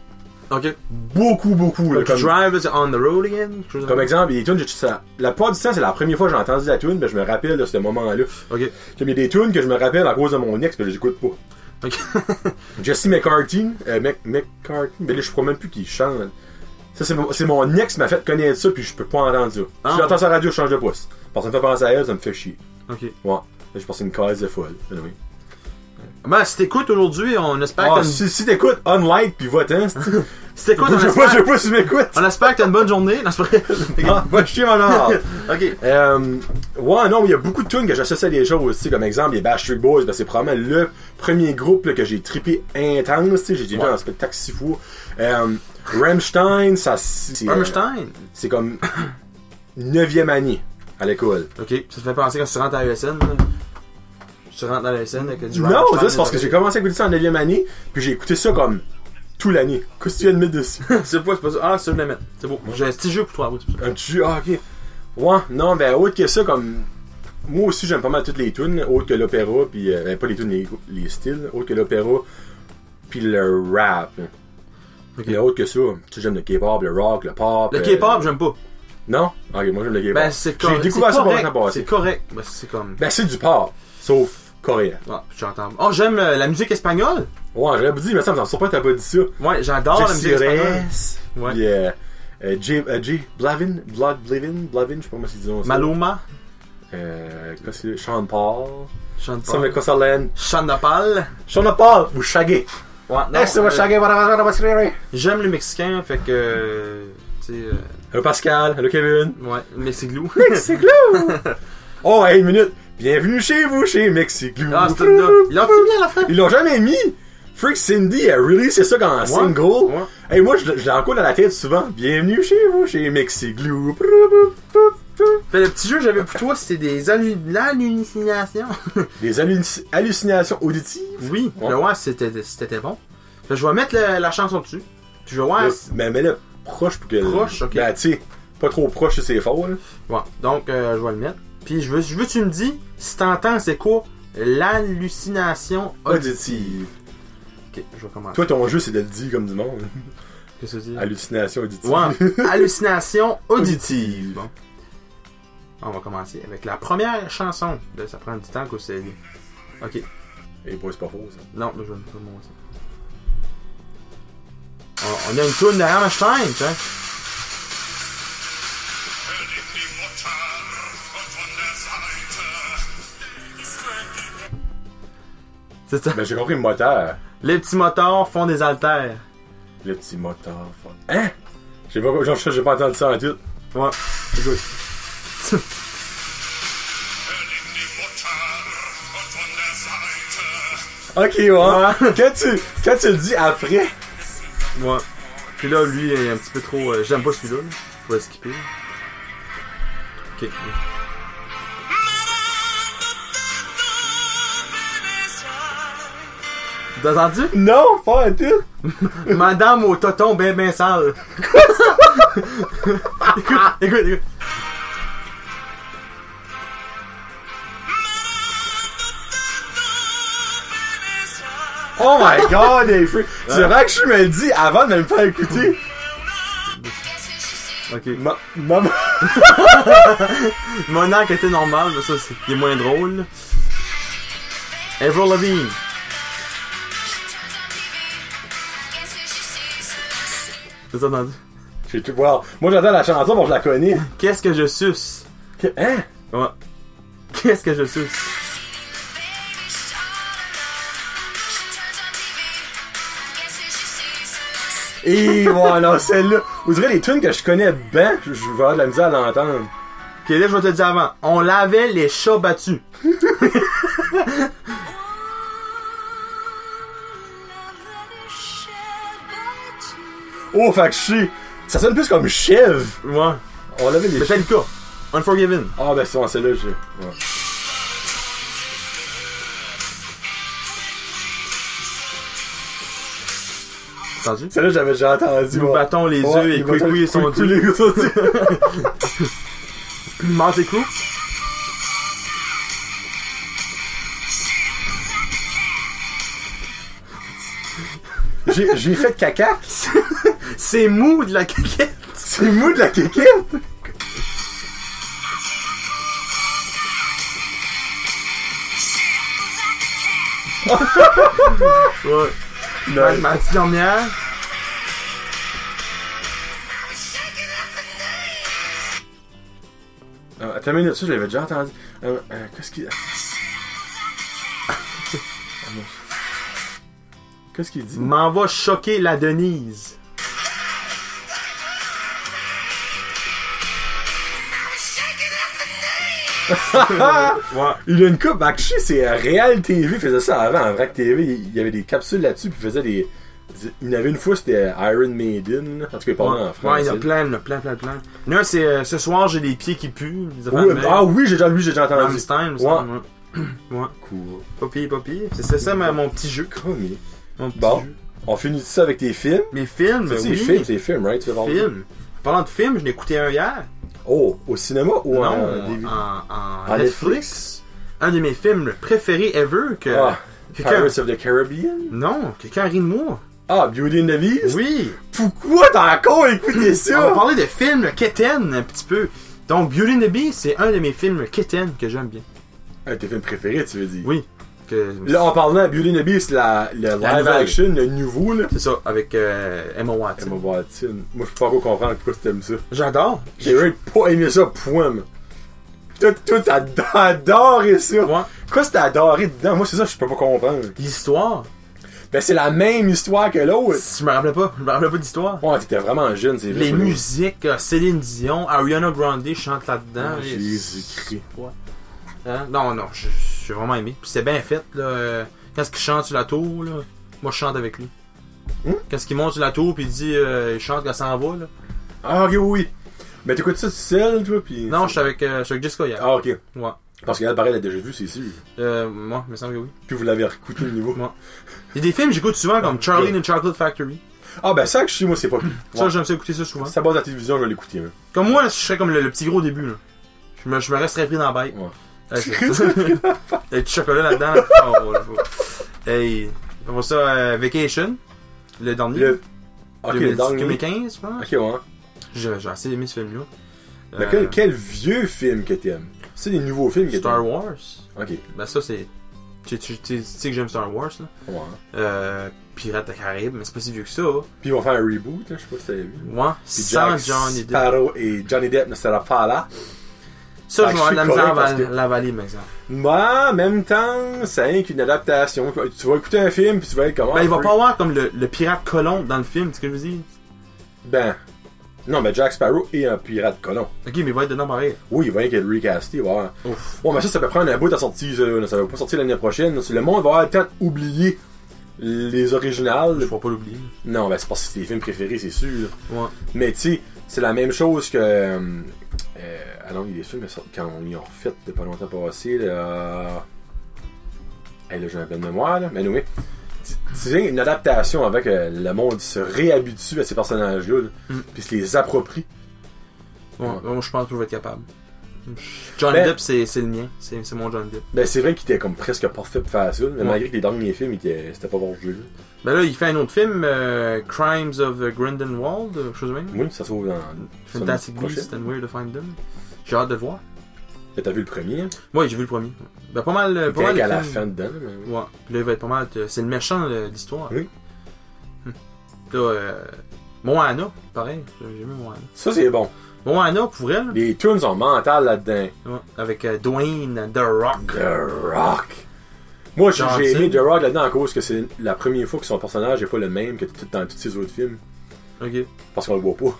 S2: Ok.
S1: Beaucoup, beaucoup. là,
S2: Comme,
S1: comme-
S2: Drive is on the road again. quelque chose
S1: Comme
S2: ça.
S1: exemple, il y a des tunes, j'ai- ça- la plupart du temps, c'est la première fois que j'ai entendu la tune, mais je me rappelle de ce moment-là.
S2: Ok.
S1: Comme il y a des tunes que je me rappelle à cause de mon ex, mais je les écoute pas.
S2: Ok.
S1: Jesse McCarthy, euh, Mc- McCarthy, mais là, je crois même plus qu'il chante. Ça, c'est mon, c'est mon ex qui m'a fait connaître ça, puis je peux pas entendre ça.
S2: Ah.
S1: Si j'entends ça à la radio, je change de pouce. Parce que ça me fait penser à elle, ça me fait chier.
S2: ok.
S1: Ouais. Là, je pense que c'est une cause de folle. Anyway.
S2: Ben, si t'écoutes aujourd'hui, on espère que
S1: Ah,
S2: t'as une.
S1: si si t'écoutes, unlike, puis vote-en. c'est-
S2: Si t'écoutes,
S1: je
S2: on
S1: sais pas, je
S2: espère.
S1: sais pas si tu m'écoutes.
S2: On espère que t'as une bonne journée. Non, c'est pas vrai.
S1: Ah, va chier, mon art.
S2: Ok.
S1: Euh, ouais, non, il y a beaucoup de tunes que j'associe à des choses, aussi comme exemple les Bash Street Boys, ben, c'est probablement le premier groupe là, que j'ai trippé intense, tu sais, j'ai déjà
S2: Ouais.
S1: vu un spectacle si fou. Euh, Rammstein, ça c'est euh,
S2: Rammstein.
S1: c'est comme 9e année à l'école.
S2: Ok. Ça te fait penser quand tu rentres à l'ESN, là. Tu rentres à l'ESN avec du
S1: Non,
S2: Rammstein,
S1: ça, c'est parce que
S2: là.
S1: j'ai commencé à écouter ça en 9e année, puis j'ai écouté ça comme tout l'année. Qu'est-ce que tu viens de mettre dessus
S2: C'est pas, c'est pas ça. Ah, ça, je vais le mettre. C'est beau. J'ai un petit jeu pour toi. oui, c'est pour ça.
S1: Un petit jeu, ah ok. Ouais, non, ben autre que ça, comme. Moi aussi j'aime pas mal toutes les tunes, autre que l'opéra, puis. euh, ben, pas les tunes, les, les styles, autre que l'opéra, puis le rap.
S2: Ok.
S1: Et autre que ça, tu sais, j'aime le K-pop, le rock, le pop.
S2: Le
S1: euh,
S2: K-pop, j'aime pas.
S1: Non Ok, moi j'aime le K-pop.
S2: Ben, c'est correct.
S1: J'ai découvert
S2: c'est
S1: ça pendant
S2: correct.
S1: la passé.
S2: C'est correct. Ben, c'est comme.
S1: Ben, c'est du pop, sauf coréen.
S2: Ah, j'entends. Oh, j'aime euh, la musique espagnole.
S1: Ouais, j'aurais dit, mais ça me semble surpris que t'as pas dit ça.
S2: Ouais, j'adore la musique
S1: Jesse
S2: espagnole.
S1: Reyes,
S2: Ouais.
S1: puis, euh, euh, J. euh, J. Blavin, Blood Blavin, Blavin, je sais pas comment c'est dit. ça.
S2: Maloma.
S1: Euh, qu'est-ce que c'est Sean Paul.
S2: Chante
S1: Sam Costerland.
S2: Chandapal.
S1: Sean Paul ou Shaggy.
S2: Ouais, non, euh,
S1: Hello
S2: J'aime le mexicain, fait que. euh, Tu sais. euh,
S1: Pascal, hello Kevin.
S2: ouais, Mexiglou.
S1: Mexiglou! oh, hey, une minute. Bienvenue chez vous, chez Mexiglou.
S2: ah, c'est là. Il en fait bien à la fin.
S1: Ils l'ont jamais mis. Freak Cindy a releasé ça quand un single.
S2: ouais.
S1: Hey, moi, je, je l'encoule dans la tête souvent. Bienvenue chez vous, chez Mexiglou.
S2: Fait, le petit jeu que j'avais pour toi, c'était des hallu- hallucinations.
S1: Des halluc- hallucinations auditives.
S2: oui,
S1: Ouais.
S2: le ouais, c'était c'était bon. Fait, que je vais mettre le- la chanson dessus. Puis je vais voir.
S1: Le- Mais mets-le proche pour que.
S2: Proche, ok.
S1: Ben, tu sais, pas trop proche, c'est fort, là.
S2: Ouais, donc euh, je vais le mettre. Puis je veux, je veux que tu me dis, si t'entends, c'est quoi l'hallucination auditive.
S1: Auditive.
S2: Ok, je vais commencer.
S1: Toi, ton jeu, c'est de le dire comme du monde.
S2: Qu'est-ce que ça dit?
S1: Hallucination auditive.
S2: Ouais, hallucination auditive.
S1: Auditive.
S2: Bon. On va commencer avec la première chanson. Là, ça prend du temps que c'est. Ok,
S1: Et boy, c'est pas faux, ça.
S2: non, là, je vais le monter. On- On a une tourne de Rammstein, tu sais.
S3: Hört die Mutter und von der Seite ist mein
S2: C'est ça.
S1: Ben, j'ai compris le moteur.
S2: Les petits moteurs font des haltères.
S1: Le petit moteur. fuck. Hein? J'ai pas, genre, j'ai pas entendu ça en tout.
S2: Ouais, écoute.
S3: Berlin die Mutter und von der
S1: Ok,
S3: Seite
S1: ouais. quand, tu, quand tu le dis après.
S2: Ouais. Puis là, lui, il est un petit peu trop. euh, J'aime pas celui-là. là. Faut le skipper. Ok. T'as entendu?
S1: Non, pas en tout.
S2: Madame au toton ben ben sale. écoute, écoute, écoute.
S1: Oh my god, les freaks. Tu verras que je me le dis avant de me le faire écouter.
S2: Ok.
S1: Ma- maman-
S2: Mon arc était normal, mais ça, c'est il est moins drôle. là. Avril Lavigne. T'as entendu?
S1: J'ai tout voir. Moi j'entends la chanson, bon je la connais.
S2: Qu'est-ce que je suce?
S1: Que- Hein?
S2: Ouais. Qu'est-ce que je suce?
S1: Et voilà, celle-là. Vous direz les tunes que je connais ben, je je vais avoir de la misère à l'entendre.
S2: Ok, là, je vais te le dire avant. On lavait les chats battus.
S1: Oh fait que je sais. Ça sonne plus comme chèvre.
S2: Ouais.
S1: On l'avait les
S2: C'était le cas. Unforgiven.
S1: Ah ben c'est bon, celle-là, j'ai. ouais.
S2: T'as entendu?
S1: Celle-là j'avais déjà entendu.
S2: Nous
S1: ouais.
S2: battons les
S1: Ouais,
S2: œufs et
S1: nous battons-
S2: Quick sont
S1: Quick-Quick,
S2: dus.
S1: les œufs sont dus.
S2: Mange les coups.
S1: J'ai- J'ai fait de caca.
S2: C'est mou de la caquette.
S1: C'est mou de la kékette.
S2: Ouais. Ma, ma petite dernière.
S1: Euh, attends une minute, ça je l'avais déjà entendu. Euh, euh, Qu'est-ce qu'il. Ah, non. Qu'est-ce qu'il dit?
S2: M'en va choquer la Denise. Ouais.
S1: Il a une coupe. Bakshi, c'est euh, Real TV faisait ça avant. Vrac TV, il y avait des capsules là-dessus puis il faisait des. Il y en avait une fois, c'était euh, Iron Maiden. là. En tout cas, il parlait en
S2: Ouais, il
S1: français.
S2: y en a plein, il y en a plein, plein, plein. Il y en a un, c'est euh, ce soir, j'ai les pieds qui puent. Des affaires
S1: Oui,
S2: de même.
S1: ah oui, j'ai déjà, lui, j'ai déjà entendu.
S2: Rammstein, me
S1: Ouais.
S2: semble, ouais.
S1: Cool.
S2: Pas pire, pas pire. C'est c'est ça ma- mon petit jeu.
S1: Comique.
S2: Mon petit
S1: Bon.
S2: jeu.
S1: On finit ça avec tes films.
S2: Mes films,
S1: C'est
S2: oui.
S1: les films, c'est Ben les films, right? Tu veux parler?
S2: Films. Parlant de films, je l'ai écouté un hier.
S1: Oh, au cinéma ou
S2: non, Ah.
S1: en
S2: en,
S1: DVD?
S2: en
S1: En
S2: Netflix. Un de mes films préférés ever que...
S1: Ah,
S2: quelqu'un...
S1: Pirates of the Caribbean?
S2: Non, quelqu'un rit de moi.
S1: Ah, Beauty and the Beast?
S2: Oui.
S1: Pourquoi t'as encore écouté
S2: On va
S1: ça?
S2: parler de films quétaines un petit peu. Donc, Beauty and the Beast, c'est un de mes films quétaines que j'aime bien.
S1: Un de tes films préférés, tu veux dire?
S2: Oui. Que...
S1: Là, en parlant de Beauty and the Beast, la, le live
S2: nouvelle.
S1: action, le nouveau, là.
S2: C'est ça, avec euh, Emma Watson.
S1: Emma Watson. Moi, je peux pas encore comprendre pourquoi t'aimes ça.
S2: J'adore.
S1: J'ai même pas aimé ça, point, moi. Toi, toi, t'as ad- adoré ça.
S2: Ouais.
S1: Quoi, t'as adoré dedans? Moi, c'est ça, je peux pas comprendre.
S2: L'histoire,
S1: Ben, c'est la même histoire que l'autre.
S2: si je me rappelais pas, je me rappelais pas de l'histoire.
S1: Ouais, t'étais vraiment jeune, c'est vrai.
S2: Les musiques, euh, Céline Dion, Ariana Grande chante là-dedans. Et-
S1: Jésus-Christ.
S2: Hein? Non, non, je- j'ai vraiment aimé. Puis c'est bien fait, là. euh, Quand ce qu'il chante sur la tour, là, moi je chante avec lui.
S1: Hum?
S2: Quand ce qu'il monte sur la tour, puis il dit, euh, il chante quand ça en va, là.
S1: Ah, ok, oui, oui. Mais t'écoutes ça tout seul, toi, pis.
S2: Non, je suis avec, euh, je suis avec Jessica hier.
S1: Ah, ok.
S2: Ouais.
S1: Parce qu'elle, pareil, elle a déjà vu, c'est sûr.
S2: Euh, moi, il me semble que oui.
S1: Puis vous l'avez recouté le niveau.
S2: Ouais. Il y a des films que j'écoute souvent, comme Charlie and the Chocolate Factory.
S1: Ah, ben, ça que je suis, moi, c'est pas plus.
S2: Ça,
S1: Ouais.
S2: j'aime ça écouter ça souvent.
S1: Si ça passe à la télévision, je vais l'écouter, hein.
S2: Comme moi, là, je serais comme le, le petit gros au début. Là. Je, me, je me resterais pris dans la bike.
S1: Ouais.
S2: Euh, je- Il y a du chocolat là-dedans. Oh, ouais, ouais. Hey, on voit ça, euh, Vacation, le dernier.
S1: Le. Ok,
S2: 2010,
S1: le dernier.
S2: 2015, je pense.
S1: Ok, ouais.
S2: J'ai j'ai assez aimé ce film-là.
S1: Mais
S2: Euh,
S1: quel, quel vieux film que t'aimes C'est des nouveaux films que
S2: Star
S1: t'aimes.
S2: Wars.
S1: Ok,
S2: Ben ça, c'est... Tu, tu- tu- tu sais que j'aime Star Wars, là.
S1: ouais.
S2: Euh, Pirates des Caraïbes, mais c'est pas si vieux que ça.
S1: Puis ils vont faire un reboot, là, je sais pas si t'avais vu.
S2: Moi,
S1: Puis Jack
S2: sans Johnny Depp.
S1: Sparrow et Johnny Depp ne sera pas là.
S2: Ça,
S1: Fait
S2: je
S1: que
S2: vais avoir de
S1: je
S2: la
S1: suis
S2: misère à
S1: correct
S2: val-
S1: parce que-
S2: l'avaler, par exemple.
S1: Mais en même temps, c'est rien qu'une adaptation. Tu vas écouter un film, puis tu vas être ah, comment
S2: Ben, il va pas avoir comme le, le pirate colon dans le film, tu sais ce que je veux dire?
S1: Ben. Non, mais Jack Sparrow est un pirate colon.
S2: Ok, mais il va être dedans pareil.
S1: Oui, il va rien qu'il recasté, ouais.
S2: Ouf.
S1: Ouais, mais ça, ça peut prendre un bout à sortie, ça, là. Ça va pas sortir l'année prochaine. Le monde va avoir le temps d'oublier les
S2: Je
S1: originales.
S2: vais pas l'oublier.
S1: Non, ben, c'est parce que c'est tes films préférés, c'est sûr.
S2: Ouais.
S1: Mais tu sais, c'est la même chose que. euh, euh, ah non, il est sûr, mais ça- quand on y a refait de pas longtemps passé, là. euh, hey, là, j'ai un peu de mémoire, là. Mais oui. C'est une adaptation avec euh, le monde se réhabitue à ces personnages-là, là,
S2: Mm.
S1: puis se les approprie.
S2: Ouais,
S1: Ouais.
S2: Moi, je pense que je vais être capable. Johnny
S1: Ben-
S2: Depp, c'est c'est le mien. C'est c'est mon Johnny Depp.
S1: Ben, c'est vrai qu'il était comme presque parfait pour faire ça, mais
S2: Ouais.
S1: malgré que les derniers films, il était- c'était pas bon jeu.
S2: Ben là, il fait un autre film, euh, Crimes of Grindelwald, euh, chose de même.
S1: Oui, ça se trouve dans.
S2: Fantastic
S1: semaine
S2: Beasts and Where to Find Them. J'ai hâte de le voir.
S1: prochaine. T'as vu le premier? hein?
S2: Oui, j'ai vu le premier. Ben pas mal. euh,
S1: Il
S2: Pas
S1: était
S2: mal
S1: qu'à
S2: les
S1: la
S2: films.
S1: fin dedans. mais oui.
S2: Ouais. Puis là, il va être pas mal. euh, C'est le méchant euh, de l'histoire.
S1: Oui.
S2: Hum. Puis là, euh, Moana, pareil. J'ai j'ai aimé Moana.
S1: Ça, c'est bon.
S2: Moana, pour elle.
S1: Les tunes sont mentales là-dedans.
S2: Ouais. Avec euh, Dwayne The Rock.
S1: The Rock. Moi, j'ai j'ai aimé
S2: Johnson.
S1: The Rock là-dedans à cause que c'est la première fois que son personnage n'est pas le même que tout- dans tous ses autres films.
S2: Ok.
S1: Parce qu'on le voit pas.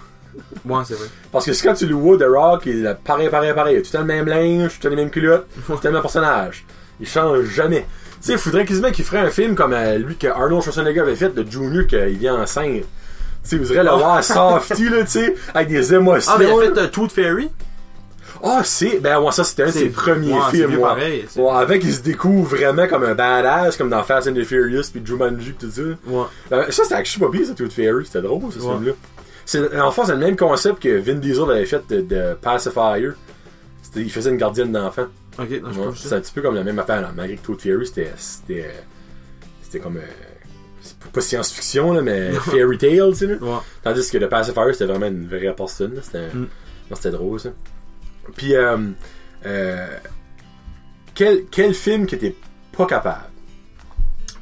S2: Ouais, c'est vrai.
S1: Parce que c'est quand tu le vois, The Rock, il est pareil, pareil, pareil. Il a tout le temps le même linge, tout le temps les mêmes culottes, tout le temps le même personnage. Il change jamais. Tu sais, il faudrait quasiment qu'il ferait un film comme euh, lui que Arnold Schwarzenegger avait fait de Junior qu'il vient en scène. Tu sais, vous irez le voir softy, là, tu sais, avec des émotions.
S2: Ah, mais il a fait euh, Tooth Fairy.
S1: Ah, c'est. Ben, ouais, ça, c'était un de ses
S2: C'est-
S1: premiers
S2: ouais, c'est
S1: films.
S2: mieux
S1: ouais.
S2: pareil, c'est-
S1: Ouais, avec, il se découvre vraiment comme un badass, comme dans Fast and the Furious, puis Jumanji, puis tout ça.
S2: Ouais.
S1: Ben, ça, c'était avec Chiba Bee, ça, Tooth Fairy. C'était drôle, ce
S2: Ouais.
S1: film-là. C'est- En fait, c'est le même concept que Vin Diesel avait fait de, de Pacifier. C'était- Il faisait une gardienne d'enfant.
S2: Ok, non, je
S1: Ouais,
S2: pas vu
S1: c'est
S2: ça.
S1: un petit peu comme la même affaire, là. Malgré que Tooth Fairy, c'était. C'était c'était comme. euh, c'est pas science-fiction, là, mais fairy tale, tu sais, là.
S2: Ouais.
S1: Tandis que le Pacifier, c'était vraiment une vraie personne. là. C'était
S2: Mm.
S1: non, c'était drôle, ça. Puis, euh, euh, quel, quel film que t'es pas capable?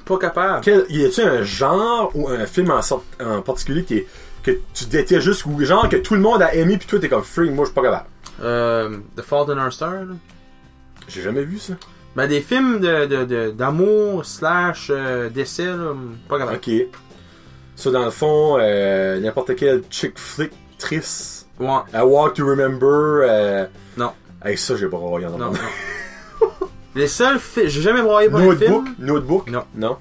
S2: Pas capable.
S1: Quel, y a-tu un genre ou un film en, sorte, en particulier qui est- que tu détestes juste ou genre que tout le monde a aimé puis toi t'es comme freak, moi je suis pas capable?
S2: Euh, The Fault in Our Star, là.
S1: J'ai jamais vu ça.
S2: Ben, des films de, de, de- d'amour slash euh, décès, là, pas grave.
S1: Ok. Ça, dans le fond, euh, n'importe quel chick flick triste.
S2: Ouais,
S1: I Walk to Remember. Euh,
S2: non,
S1: hey, ça, j'ai broyé en
S2: non,
S1: entendant.
S2: non. Les seuls films... J'ai jamais broyé pour un
S1: Notebook?
S2: film.
S1: Notebook?
S2: Non.
S1: Non.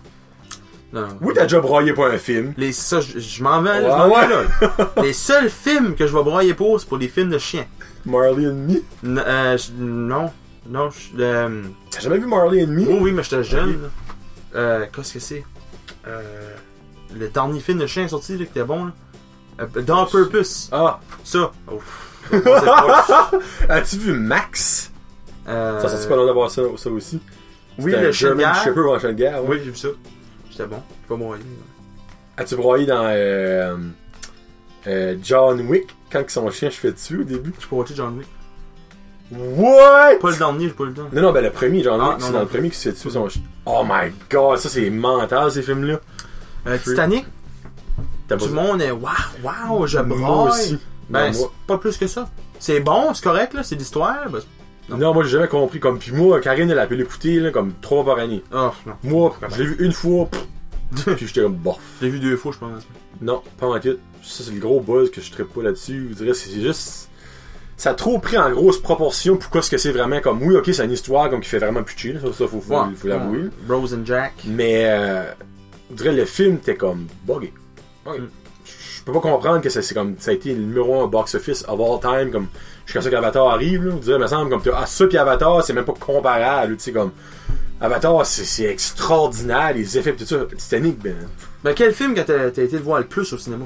S2: Non, non.
S1: Oui, t'as déjà broyé pour un film.
S2: Les, ça, je, je m'en vais, là,
S1: Ouais,
S2: je m'en vais,
S1: ouais.
S2: là. Les seuls films que je vais broyer pour, c'est pour les films de chiens.
S1: Marley and Me.
S2: N- euh, je- non, non, je... euh, oh
S1: T'as jamais vu Marley and Me?
S2: oui, oui, mais j'étais jeune, là. Euh, qu'est-ce que c'est? Euh, le dernier film de chien sorti, là, qui était bon, là. Euh, Dans Purpose.
S1: Ah!
S2: Ça. Ouf. On sait pas.
S1: As-tu vu Max?
S2: Euh,
S1: Ça, c'est pas long d'avoir ça, ça aussi.
S2: Oui,
S1: C'était
S2: le
S1: un German
S2: German
S1: Shepherd en chien de guerre, ouais.
S2: Oui, j'ai vu ça. C'était bon. J'ai pas broyé. là.
S1: As-tu broyé dans euh, euh, John Wick quand que son chien se fait dessus au début?
S2: J'ai pas watché John Wick.
S1: What?
S2: Pas le dernier, j'ai pas le temps.
S1: Non, non, ben le premier, John
S2: Ah,
S1: Wick,
S2: non,
S1: c'est dans
S2: non.
S1: le premier qui se fait dessus son chien. Oh my god, ça c'est mental ces films-là.
S2: Euh, Titanic,
S1: T'as
S2: tout le
S1: besoin-
S2: monde est waouh, waouh, je
S1: Moi
S2: broye.
S1: aussi.
S2: Ben,
S1: Non,
S2: c'est
S1: moi-
S2: pas plus que ça. C'est bon, c'est correct, là, c'est l'histoire. Ben, c'est-
S1: Non, moi j'ai jamais compris. Comme puis moi, Karine elle a pu l'écouter là, comme trois par année.
S2: oh, non.
S1: Moi, je l'ai vu une fois, pff, puis j'étais comme bof.
S2: J'ai vu deux fois, je pense.
S1: Non, pas en tout. Ça c'est le gros buzz que je trippe pas là-dessus. Je dirais c'est juste. Ça a trop pris en grosse proportion pourquoi ce que c'est vraiment comme oui ok c'est une histoire comme qui fait vraiment plus chill, ça, ça faut, faut, faut l'avouer.
S2: Rose and Jack.
S1: Mais euh, je dirais le film était comme buggé. Ouais.
S2: Mm.
S1: Je peux pas comprendre que ça, c'est comme ça a été le numéro un box office of all time comme jusqu'à ce qu'Avatar arrive là, on dirait me semble comme t'as- ah, ça puis Avatar c'est même pas comparable, tu sais comme Avatar c'est, c'est extraordinaire les effets pis tout ça Titanic ben
S2: Ben, quel film que t'as t'as été le voir le plus au cinéma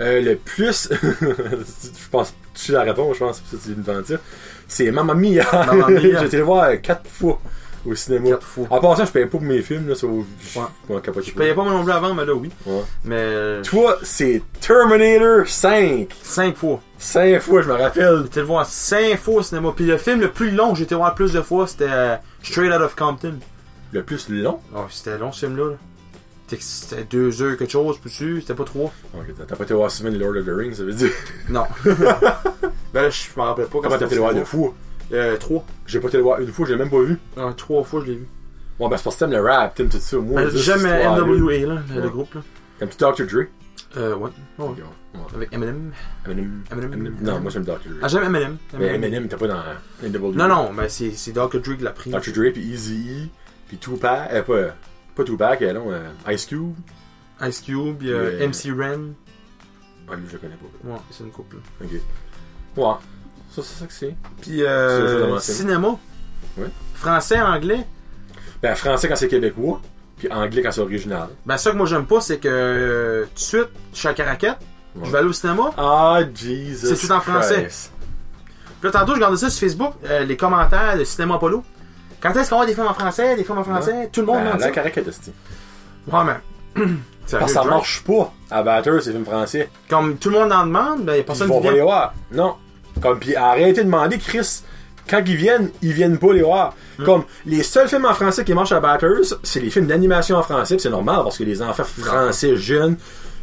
S1: euh, le plus je pense tu sais la réponse je pense que c'est une mentir c'est Mamma Mia,
S2: Mamma Mia.
S1: j'ai été le voir euh, quatre fois au cinéma
S2: Quatre fois.
S1: en passant je payais pas pour mes films là, sauf je
S2: Ouais.
S1: je m'en capote
S2: Je payais pas mon nombre avant, mais là, oui.
S1: Ouais.
S2: Mais. euh,
S1: Toi, c'est Terminator 5.
S2: Cinq fois.
S1: 5 fois, je me rappelle.
S2: J'ai été le voir cinq fois au cinéma. Puis le film le plus long que j'ai été voir le plus de fois, c'était euh, Straight Out of Compton.
S1: Le plus long.
S2: Oh, c'était long ce film-là. là. C'était- C'était deux heures quelque chose, plus c'était pas trois.
S1: Ok, Oh, t'as- t'as pas été voir souvent Lord of the Rings, ça veut dire.
S2: Non. ben là, je m'en rappelle pas.
S1: Comment t'as été le voir deux fois
S2: Euh, trois.
S1: J'ai pas été le voir une fois, j'ai même pas vu.
S2: Non, trois fois, je l'ai vu.
S1: Bon, ben c'est parce que t'aimes le rap, t'aimes tout ça. Moi,
S2: Ben,
S1: juste
S2: J'aime
S1: cette
S2: euh,
S1: histoire-là.
S2: NWA, là, le-
S1: Ouais.
S2: le groupe, là.
S1: T'aimes-tu Dr. Dre
S2: Euh, ouais. Ouais, ouais.
S1: Ouais.
S2: Avec Eminem.
S1: Eminem.
S2: Eminem.
S1: Eminem. Non, moi j'aime Dr.
S2: Ah,
S1: Dre.
S2: j'aime Eminem.
S1: Mais Eminem, t'es pas dans NWA.
S2: Non, non, mais c'est c'est Dr. Dre qui l'a pris.
S1: Dr. Dre, puis Easy E, puis Tupac. Euh, pas, pas Tupac, euh, non, euh, Ice Cube.
S2: Ice Cube, il y a
S1: Mais-
S2: MC Ren.
S1: Ah, lui, je le connais pas.
S2: Ouais, c'est une couple. là.
S1: Ok. Ouais. Ça, c'est ça que c'est.
S2: Puis,
S1: Ça, ça,
S2: euh,
S1: dans le
S2: cinéma.
S1: Ouais.
S2: Français, anglais.
S1: Ben, français quand c'est québécois, puis anglais quand c'est original.
S2: Ben, ça que moi, j'aime pas, c'est que euh, tout de suite, je suis à Caracat.
S1: Ouais.
S2: Je vais aller au cinéma.
S1: Ah, Jesus.
S2: C'est tout en français.
S1: Christ.
S2: Puis là, tantôt, je regardais ça sur Facebook, euh, les commentaires de Cinéma Oh, Polo. Quand est-ce qu'on va des films en français, des films en français? Tout le monde
S1: Ben,
S2: m'en
S1: la
S2: dit.
S1: caricature.
S2: Ouais, mais
S1: Parce que ça marche pas à batteur, ces films français.
S2: Comme tout le monde en demande, ben, y a
S1: Ils
S2: personne
S1: vont
S2: qui
S1: pas
S2: vient.
S1: les voir. Non. Comme, puis arrêtez de demander, Chris. Quand ils viennent, ils viennent pas les voir.
S2: Hmm.
S1: Comme, les seuls films en français qui marchent à Batters, c'est les films d'animation en français, puis c'est normal parce que les enfants français jeunes,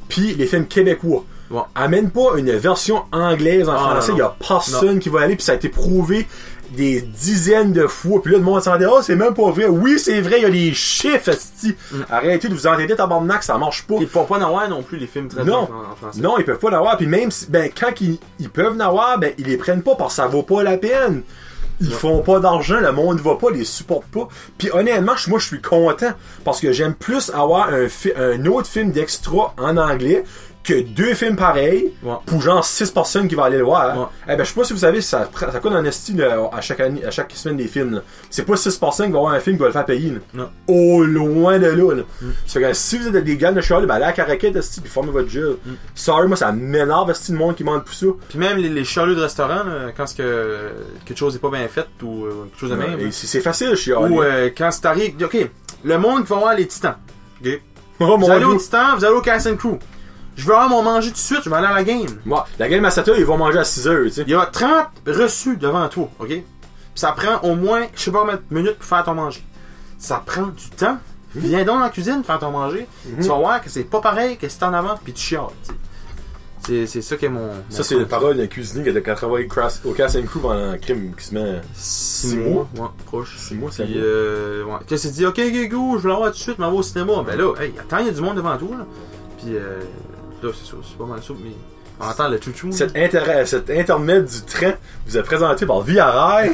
S1: puis les films québécois.
S2: Ouais. Ah,
S1: Amène pas une version anglaise en français,
S2: non,
S1: il y a personne qui va aller, puis ça a été prouvé des dizaines de fois, puis là, le monde s'en dit, oh, c'est même pas vrai. Oui, c'est vrai, il y a les chiffres, esti.
S2: Hmm.
S1: Arrêtez de vous entêter, tabarnak, ça marche pas.
S2: Ils ne pas en avoir non plus les films très
S1: Non.
S2: en, en français.
S1: Non, ils peuvent pas l'avoir. Puis même si, ben, quand ils, ils peuvent l'avoir, ben, ils les prennent pas parce que ça vaut pas la peine. Ils font pas d'argent, le monde va pas, les supporte pas. Puis honnêtement, je- moi je suis content parce que j'aime plus avoir un, fi- un autre film d'extra en anglais que deux films pareils
S2: Ouais.
S1: pour genre six personnes qui vont aller le voir.
S2: Ouais.
S1: Eh ben je sais pas si vous savez, ça, pr- ça coûte en esti là, à chaque année, à chaque semaine des films. là. C'est pas six personnes qui vont avoir un film qui va le faire payer. là.
S2: Non. Mm.
S1: Au loin de là. là. Ça fait que si vous êtes des gars de Charlie, ben allez à Caraquette, esti, puis formez votre jeu.
S2: Mm.
S1: Sorry, moi ça m'énerve esti le monde qui demande pour ça.
S2: Puis même les, les charlots de restaurant, là, quand c'est que euh, quelque chose n'est pas bien fait ou euh, quelque chose de même.
S1: Et c'est c'est facile, je suis
S2: Ou euh, quand c'est arrivé. Ok, le monde qui va voir les titans. Ok.
S1: Oh
S2: Vous
S1: mon
S2: allez au
S1: dieu.
S2: titan, vous allez au Cast and Crew. Je veux avoir mon manger tout de suite, je vais aller à la game.
S1: Ouais, la game à 7 heures, ils vont manger à 6 heures, tu sais.
S2: Il y a 30 reçus devant toi, ok? Puis ça prend au moins, je sais pas combien de minutes pour faire ton manger. Ça prend du temps. Viens donc dans la cuisine faire ton manger.
S1: Mhm.
S2: Tu vas voir que c'est pas pareil que c'est en avant, puis tu chiales. tu sais. C'est, c'est ça qui est mon.
S1: Ça, c'est la parole d'un cuisinier qui a travaillé crass- au Cass and Crew pendant un crime qui se met.
S2: 6
S1: six
S2: mois. Ouais, proche.
S1: Six mois, c'est
S2: Puis,
S1: bon.
S2: euh, ouais. Qu'est-ce que tu dis? Ok, ok, go, je vais l'avoir tout de suite, m'en vais au cinéma. Ben là, hey, attends, il y a du monde devant toi, là. Puis, euh, là, c'est ça, c'est pas mal ça, mais on entend le chouchou.
S1: Cet, intérêt, cet intermède du train vous est présenté par Via Rail.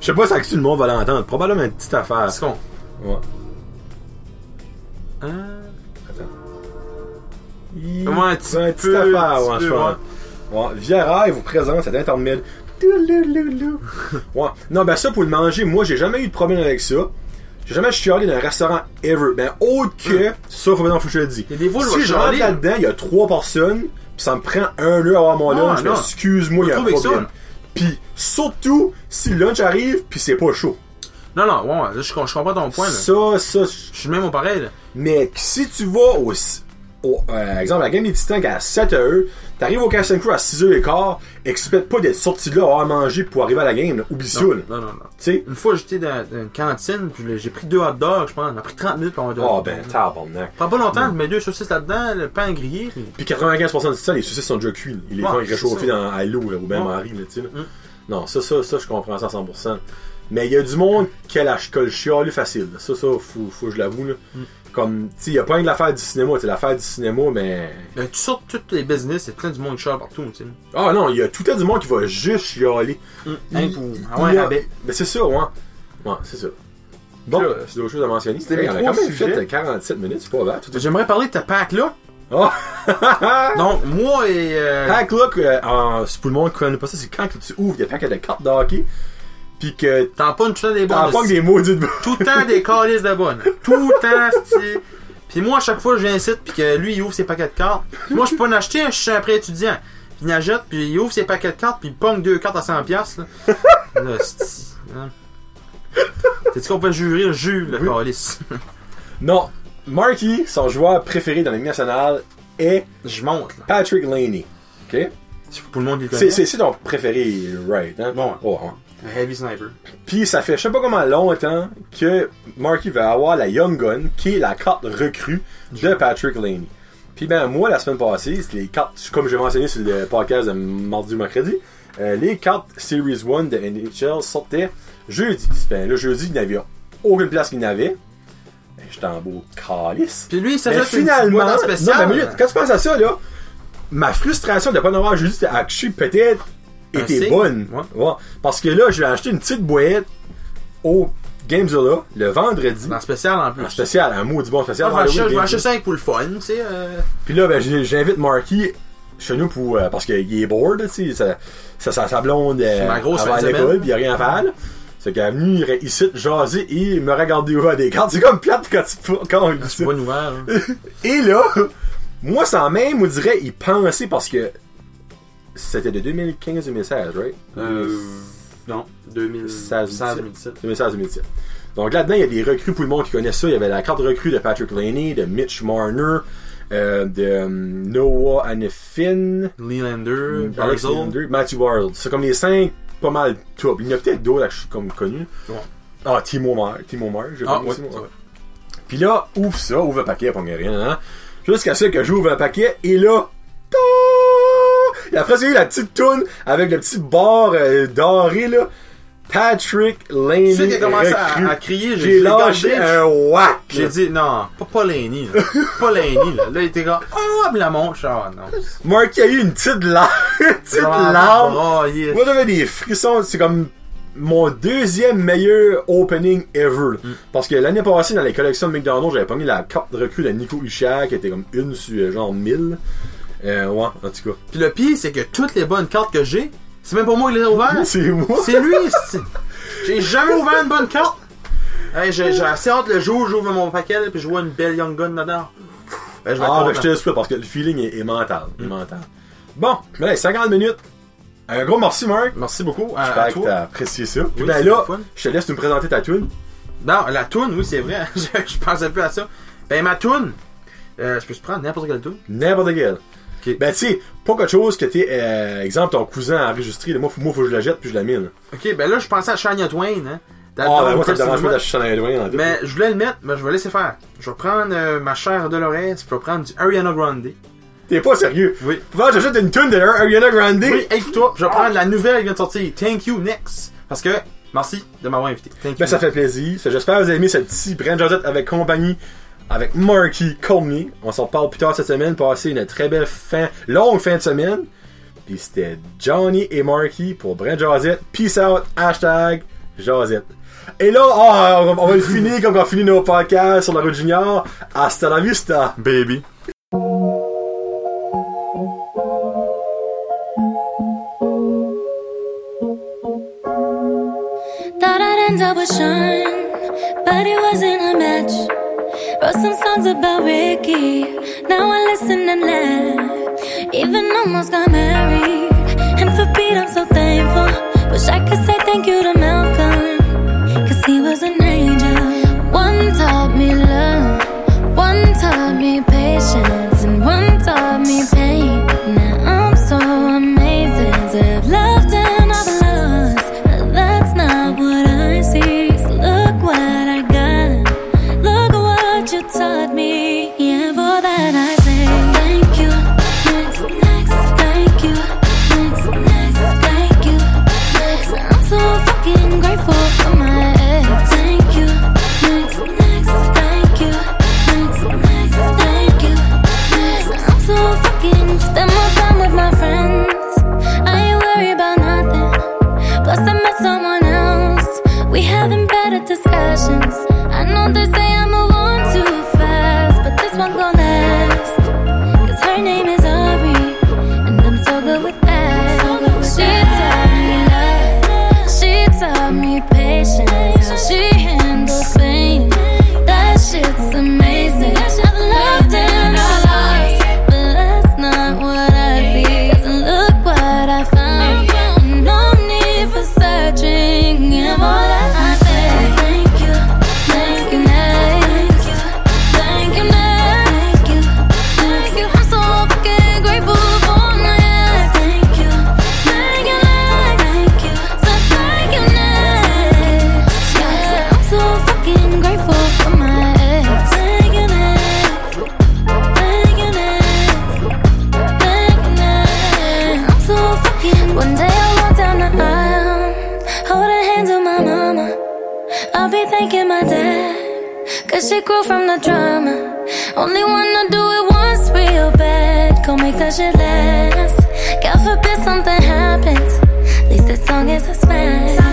S1: Je sais pas si tout le monde va l'entendre. Probablement une petite affaire.
S2: Est-ce qu'on.
S1: Ouais.
S2: Hein?
S1: Attends.
S2: Ouais, un petit
S1: Ouais,
S2: peu,
S1: petite
S2: un
S1: affaire,
S2: petit
S1: ouais,
S2: peu,
S1: je pense. Ouais, Via Rail vous présente cet intermède. Toulouloulou. ouais. Non, ben ça, pour le manger, moi, j'ai jamais eu de problème avec ça. J'ai jamais chialé d'un restaurant ever. Ben, autre que, sauf maintenant, faut que je le dise.
S2: Il y a des fois, je
S1: Si
S2: vais
S1: je rentre
S2: chialer, là.
S1: là-dedans, il y a trois personnes, pis ça me prend un lieu à avoir mon
S2: Non,
S1: lunch,
S2: Ah, non.
S1: ben, excuse-moi, il y a un
S2: Faut trouver
S1: problème.
S2: ça.
S1: Pis, surtout, si le lunch arrive, pis c'est pas chaud.
S2: Non, non, ouais, ouais, là, je, com- je comprends ton point, là.
S1: Ça, ça, je-
S2: Je suis même au pareil, là.
S1: mais si tu vas au, au- euh, exemple, à la game des Titans à 7h, t'arrives au Cash and Crew à 6h15, expecte pas d'être sorti de là, avoir mangé pour arriver à la game, là. oublie ça, là.
S2: Non, non, non.
S1: Tu sais?
S2: Une fois, j'étais dans, dans une cantine, puis là, j'ai pris deux hot dogs, je pense. On a pris 30 minutes pour avoir deux
S1: Ah
S2: hot
S1: ben,
S2: dogs.
S1: tabarnak.
S2: Prends pas longtemps, je mets deux saucisses là-dedans, le pain grillé, puis
S1: Puis 95% du temps, les saucisses sont déjà cuits. Ils les
S2: Ouais,
S1: font
S2: c'est
S1: réchauffer
S2: ça.
S1: dans, à l'eau, là, ou bien
S2: Ouais.
S1: en
S2: Mm.
S1: riz, là, tu sais. là. Non, ça, ça, ça, je comprends ça à 100%. Mais il y a du monde qui a la ch- que le chialu facile. là. Ça, ça, faut, faut que je l'avoue, là.
S2: Mm.
S1: Comme, tu sais, il y a pas rien de l'affaire du cinéma. Tu sais, l'affaire du cinéma, mais...
S2: ben, tu sors de tous les business, c'est plein du monde qui chale partout, tu sais.
S1: Ah non, il y a tout un du monde qui va juste chialer.
S2: Hein,
S1: Il-
S2: pour-
S1: il-
S2: Ah ouais,
S1: il y a-
S2: rabais.
S1: Mais c'est ça, ouais. Ouais, c'est ça. Bon,
S2: Là,
S1: c'est d'autres choses à mentionner.
S2: c'était
S1: Hey,
S2: mes
S1: on a
S2: trois
S1: quand même
S2: sujets.
S1: fait 47 minutes, c'est pas grave. Tout est...
S2: J'aimerais parler de ta pack là.
S1: Oh!
S2: Donc, moi et. euh,
S1: Hack Look, euh, en- c'est pour le monde qui connaît pas ça, c'est quand que tu ouvres des paquets de cartes de hockey, pis que
S2: T'en pas une tout le temps des bonnes.
S1: t'en pas que
S2: aussi.
S1: des maudits de
S2: Tout le temps des calices de bonnes. Tout le temps, c'est. Puis moi, à chaque fois, je viens ici, puis que lui, il ouvre ses paquets de cartes. Moi, je peux pas en acheter, je suis un prêt étudiant. Puis il achète, puis il ouvre ses paquets de cartes, puis il pogne deux cartes à 100$. piastres, Là, là c'est. hein. T'es-tu qu'on peut jurer le jus, le
S1: Oui.
S2: calice?
S1: Non, Marky, son joueur préféré dans la Ligue nationale, est
S2: Je monte, là.
S1: Patrick Laney. OK?
S2: Pour le monde, il le
S1: C'est-
S2: connaît.
S1: C'est c'est ton préféré, right? Hein?
S2: Bon.
S1: Oh, ouais.
S2: Un heavy sniper.
S1: Puis ça fait je sais pas comment longtemps que Marky va avoir la Young Gun, qui est la carte recrue de Patrick Laney. Puis ben moi la semaine passée, c'est les cartes, comme j'ai mentionné sur le podcast de mardi ou mercredi, euh, les cartes Series 1 de NHL sortaient jeudi. Ben le jeudi, il n'y avait aucune place qu'il n'avait. Ben, J'étais en beau calice.
S2: Puis lui, il
S1: Mais
S2: s'ajoute Ben, une
S1: finalement,
S2: boîte en spécial.
S1: non, mais minute, quand tu penses à ça, là, ma frustration de ne pas en avoir jeudi c'était acheté peut-être
S2: Un
S1: était
S2: signe.
S1: bonne.
S2: Ouais.
S1: Ouais. Parce que là, j'ai acheté une petite boîte au Gamezilla le vendredi.
S2: En spécial, en plus.
S1: Un spécial, un mot du bon spécial.
S2: Moi, je vais acheter- je vais
S1: Halloween,
S2: acheter
S1: Gamezilla.
S2: 5 pour le fun, tu sais. euh,
S1: Puis là, ben, j'ai- j'invite Marky chez nous pour, euh, parce qu'il est bored, tu sais, ça, ça, ça, sa blonde euh,
S2: C'est ma grosse
S1: avant
S2: fin de
S1: l'école,
S2: semaine.
S1: puis il a rien à faire. là. C'est qu'elle est venue re- ici jaser et me regarder au à des cartes. C'est comme plate quand tu quand on dit ça.
S2: C'est pas ouvert. hein.
S1: Et là, moi sans même, on dirait, il pensait parce que c'était de 2015-2016, right?
S2: Euh, non, 2016, 2017.
S1: 2016-2017. Donc là-dedans, il y a des recrues pour le monde qui connaît ça. Il y avait la carte recrue de Patrick Laney, de Mitch Marner, euh, de euh, Noah Anifin,
S2: Mm, Leelander,
S1: Alex
S2: Barzal.
S1: Lander, Matthew Barld. C'est comme les cinq pas mal top. Il y en a peut-être d'autres là, que je suis comme connu.
S2: Ouais.
S1: Ah, Timo Meyer. Timo Meyer, j'ai
S2: Ah,
S1: pas
S2: ouais,
S1: Timo-
S2: ça va.
S1: Puis là, ouvre ça, ouvre un paquet, pas rien, hein. Jusqu'à ce que j'ouvre un paquet, et là, ta- et après, j'ai eu la petite toune avec le petit bord euh, doré, là. Patrick Laney.
S2: Tu sais qu'il a commencé à, à
S1: recrue.
S2: crier,
S1: J'ai
S2: j'ai
S1: lâché un whack.
S2: J'ai dit, non, pas, pas Laney, là. pas Laney, là. Là, il était comme, oh, la montre, ah, non.
S1: Mark a eu une petite larme. une petite larme.
S2: Oh, yeah.
S1: Moi, j'avais des frissons. C'est comme mon deuxième meilleur opening ever.
S2: Mm.
S1: Parce que l'année passée, dans les collections de McDonald's, j'avais pas mis la carte de recrue de Nico Ishak, qui était comme une sur euh, genre 1000. Euh, ouais, en tout cas.
S2: Puis le pire, c'est que toutes les bonnes cartes que j'ai, c'est même pas moi qui les ai ouvertes.
S1: C'est moi.
S2: Ah. C'est lui, c'est- J'ai jamais ouvert une bonne carte. Hey, j'ai j'ai assez hâte le jour où j'ouvre mon paquet, là, puis je vois une belle Young Gun dedans. Ben, je vais
S1: Ah,
S2: être
S1: ben, je
S2: content.
S1: te laisse pas parce que le feeling est, est mental.
S2: Mm.
S1: est mental. Bon, ben, là, 50 minutes. Un gros merci, Marc.
S2: Merci beaucoup Euh, à, à
S1: J'espère que
S2: toi.
S1: t'as apprécié ça. Puis
S2: Oui,
S1: ben
S2: c'est
S1: là,
S2: le fun.
S1: je te laisse nous présenter ta tune.
S2: Non, la toune, oui, c'est vrai. hein. je, je pensais plus à ça. Ben, ma toune. Euh, je peux prendre n'importe quelle toune.
S1: N'importe quel.
S2: Ok.
S1: Ben, tu sais, pas quelque chose que t'es, euh, exemple, ton cousin a enregistré. Moi, faut, moi, faut que je la jette puis je la mine.
S2: Ok, ben là, je pensais à Shania Twain, hein. Dans-
S1: Ah,
S2: dans
S1: ben moi, ça me
S2: Chris
S1: dérange pas
S2: Movement.
S1: d'acheter Chanel Edwin en tout.
S2: Mais je voulais le mettre, mais je vais laisser faire. Je vais prendre euh, ma chair de l'oreille, je vais prendre du Ariana Grande.
S1: T'es pas sérieux.
S2: Oui.
S1: Faut j'achète une tune de Ariana Grande.
S2: Oui, écoute-toi, je vais prendre la nouvelle qui vient de sortir. Thank you, next. Parce que, merci de m'avoir invité. Thank
S1: Ben,
S2: you.
S1: ça fait plaisir. Ça, J'espère que vous avez aimé cette petite Brand Josette avec compagnie, avec Marky Colmier. On s'en parle plus tard cette semaine. Passez une très belle fin, longue fin de semaine. Puis c'était Johnny et Marky pour Brand Josette. Peace out, hashtag Josette. Et là, ah, on, va- on va le finir comme on finit nos podcasts sur la route junior. Hasta la vista.
S2: Baby.
S4: Thought I'd end up with Sean, but it wasn't a match. Wrote some songs about Ricky, now I listen and laugh. Even almost got married, and for Pete I'm so thankful. Wish I could say thank you to Malcolm, cause he was an angel. One taught me love, one taught me patience, and one taught me pain. Now I'm so amazed, I've loved and I've lost. But that's not what I see. So look what I got. Look what you taught me. Yeah, for that I say thank you. Next, next, thank you. Next, next, thank you. Next, I'm so fucking grateful for my ex. Thank you. Next, next, thank you. Next, next, thank you. Next, I'm so fucking spend more time with my friends. I ain't worried about nothing. Plus, I met someone else. We having better discussions. I know they say I move on too fast, but this one gon' last. Cause her name is Ari, and I'm so good with that. She taught me love, she taught me patience, how she handles pain. That shit's amazing. I've loved and I lost, but that's not what I see. 'Cause look what I found. No need for searching. And all that I say, thank you, thank you, thank you, thank you, thank you, thank you. I'm so fucking grateful for my ass. Thank you, thank you, thank you, so thank you, next. Yeah, I'm so fucking grateful for my ex. Thank you, next. Thank you, next. I'm so fucking. One day I'll walk down the aisle, hold a hand to my mama. I'll be thanking my dad, cause she grew from the drama. Only wanna do it once real bad, go make that shit last. God forbid something happens, at least this song is a smash.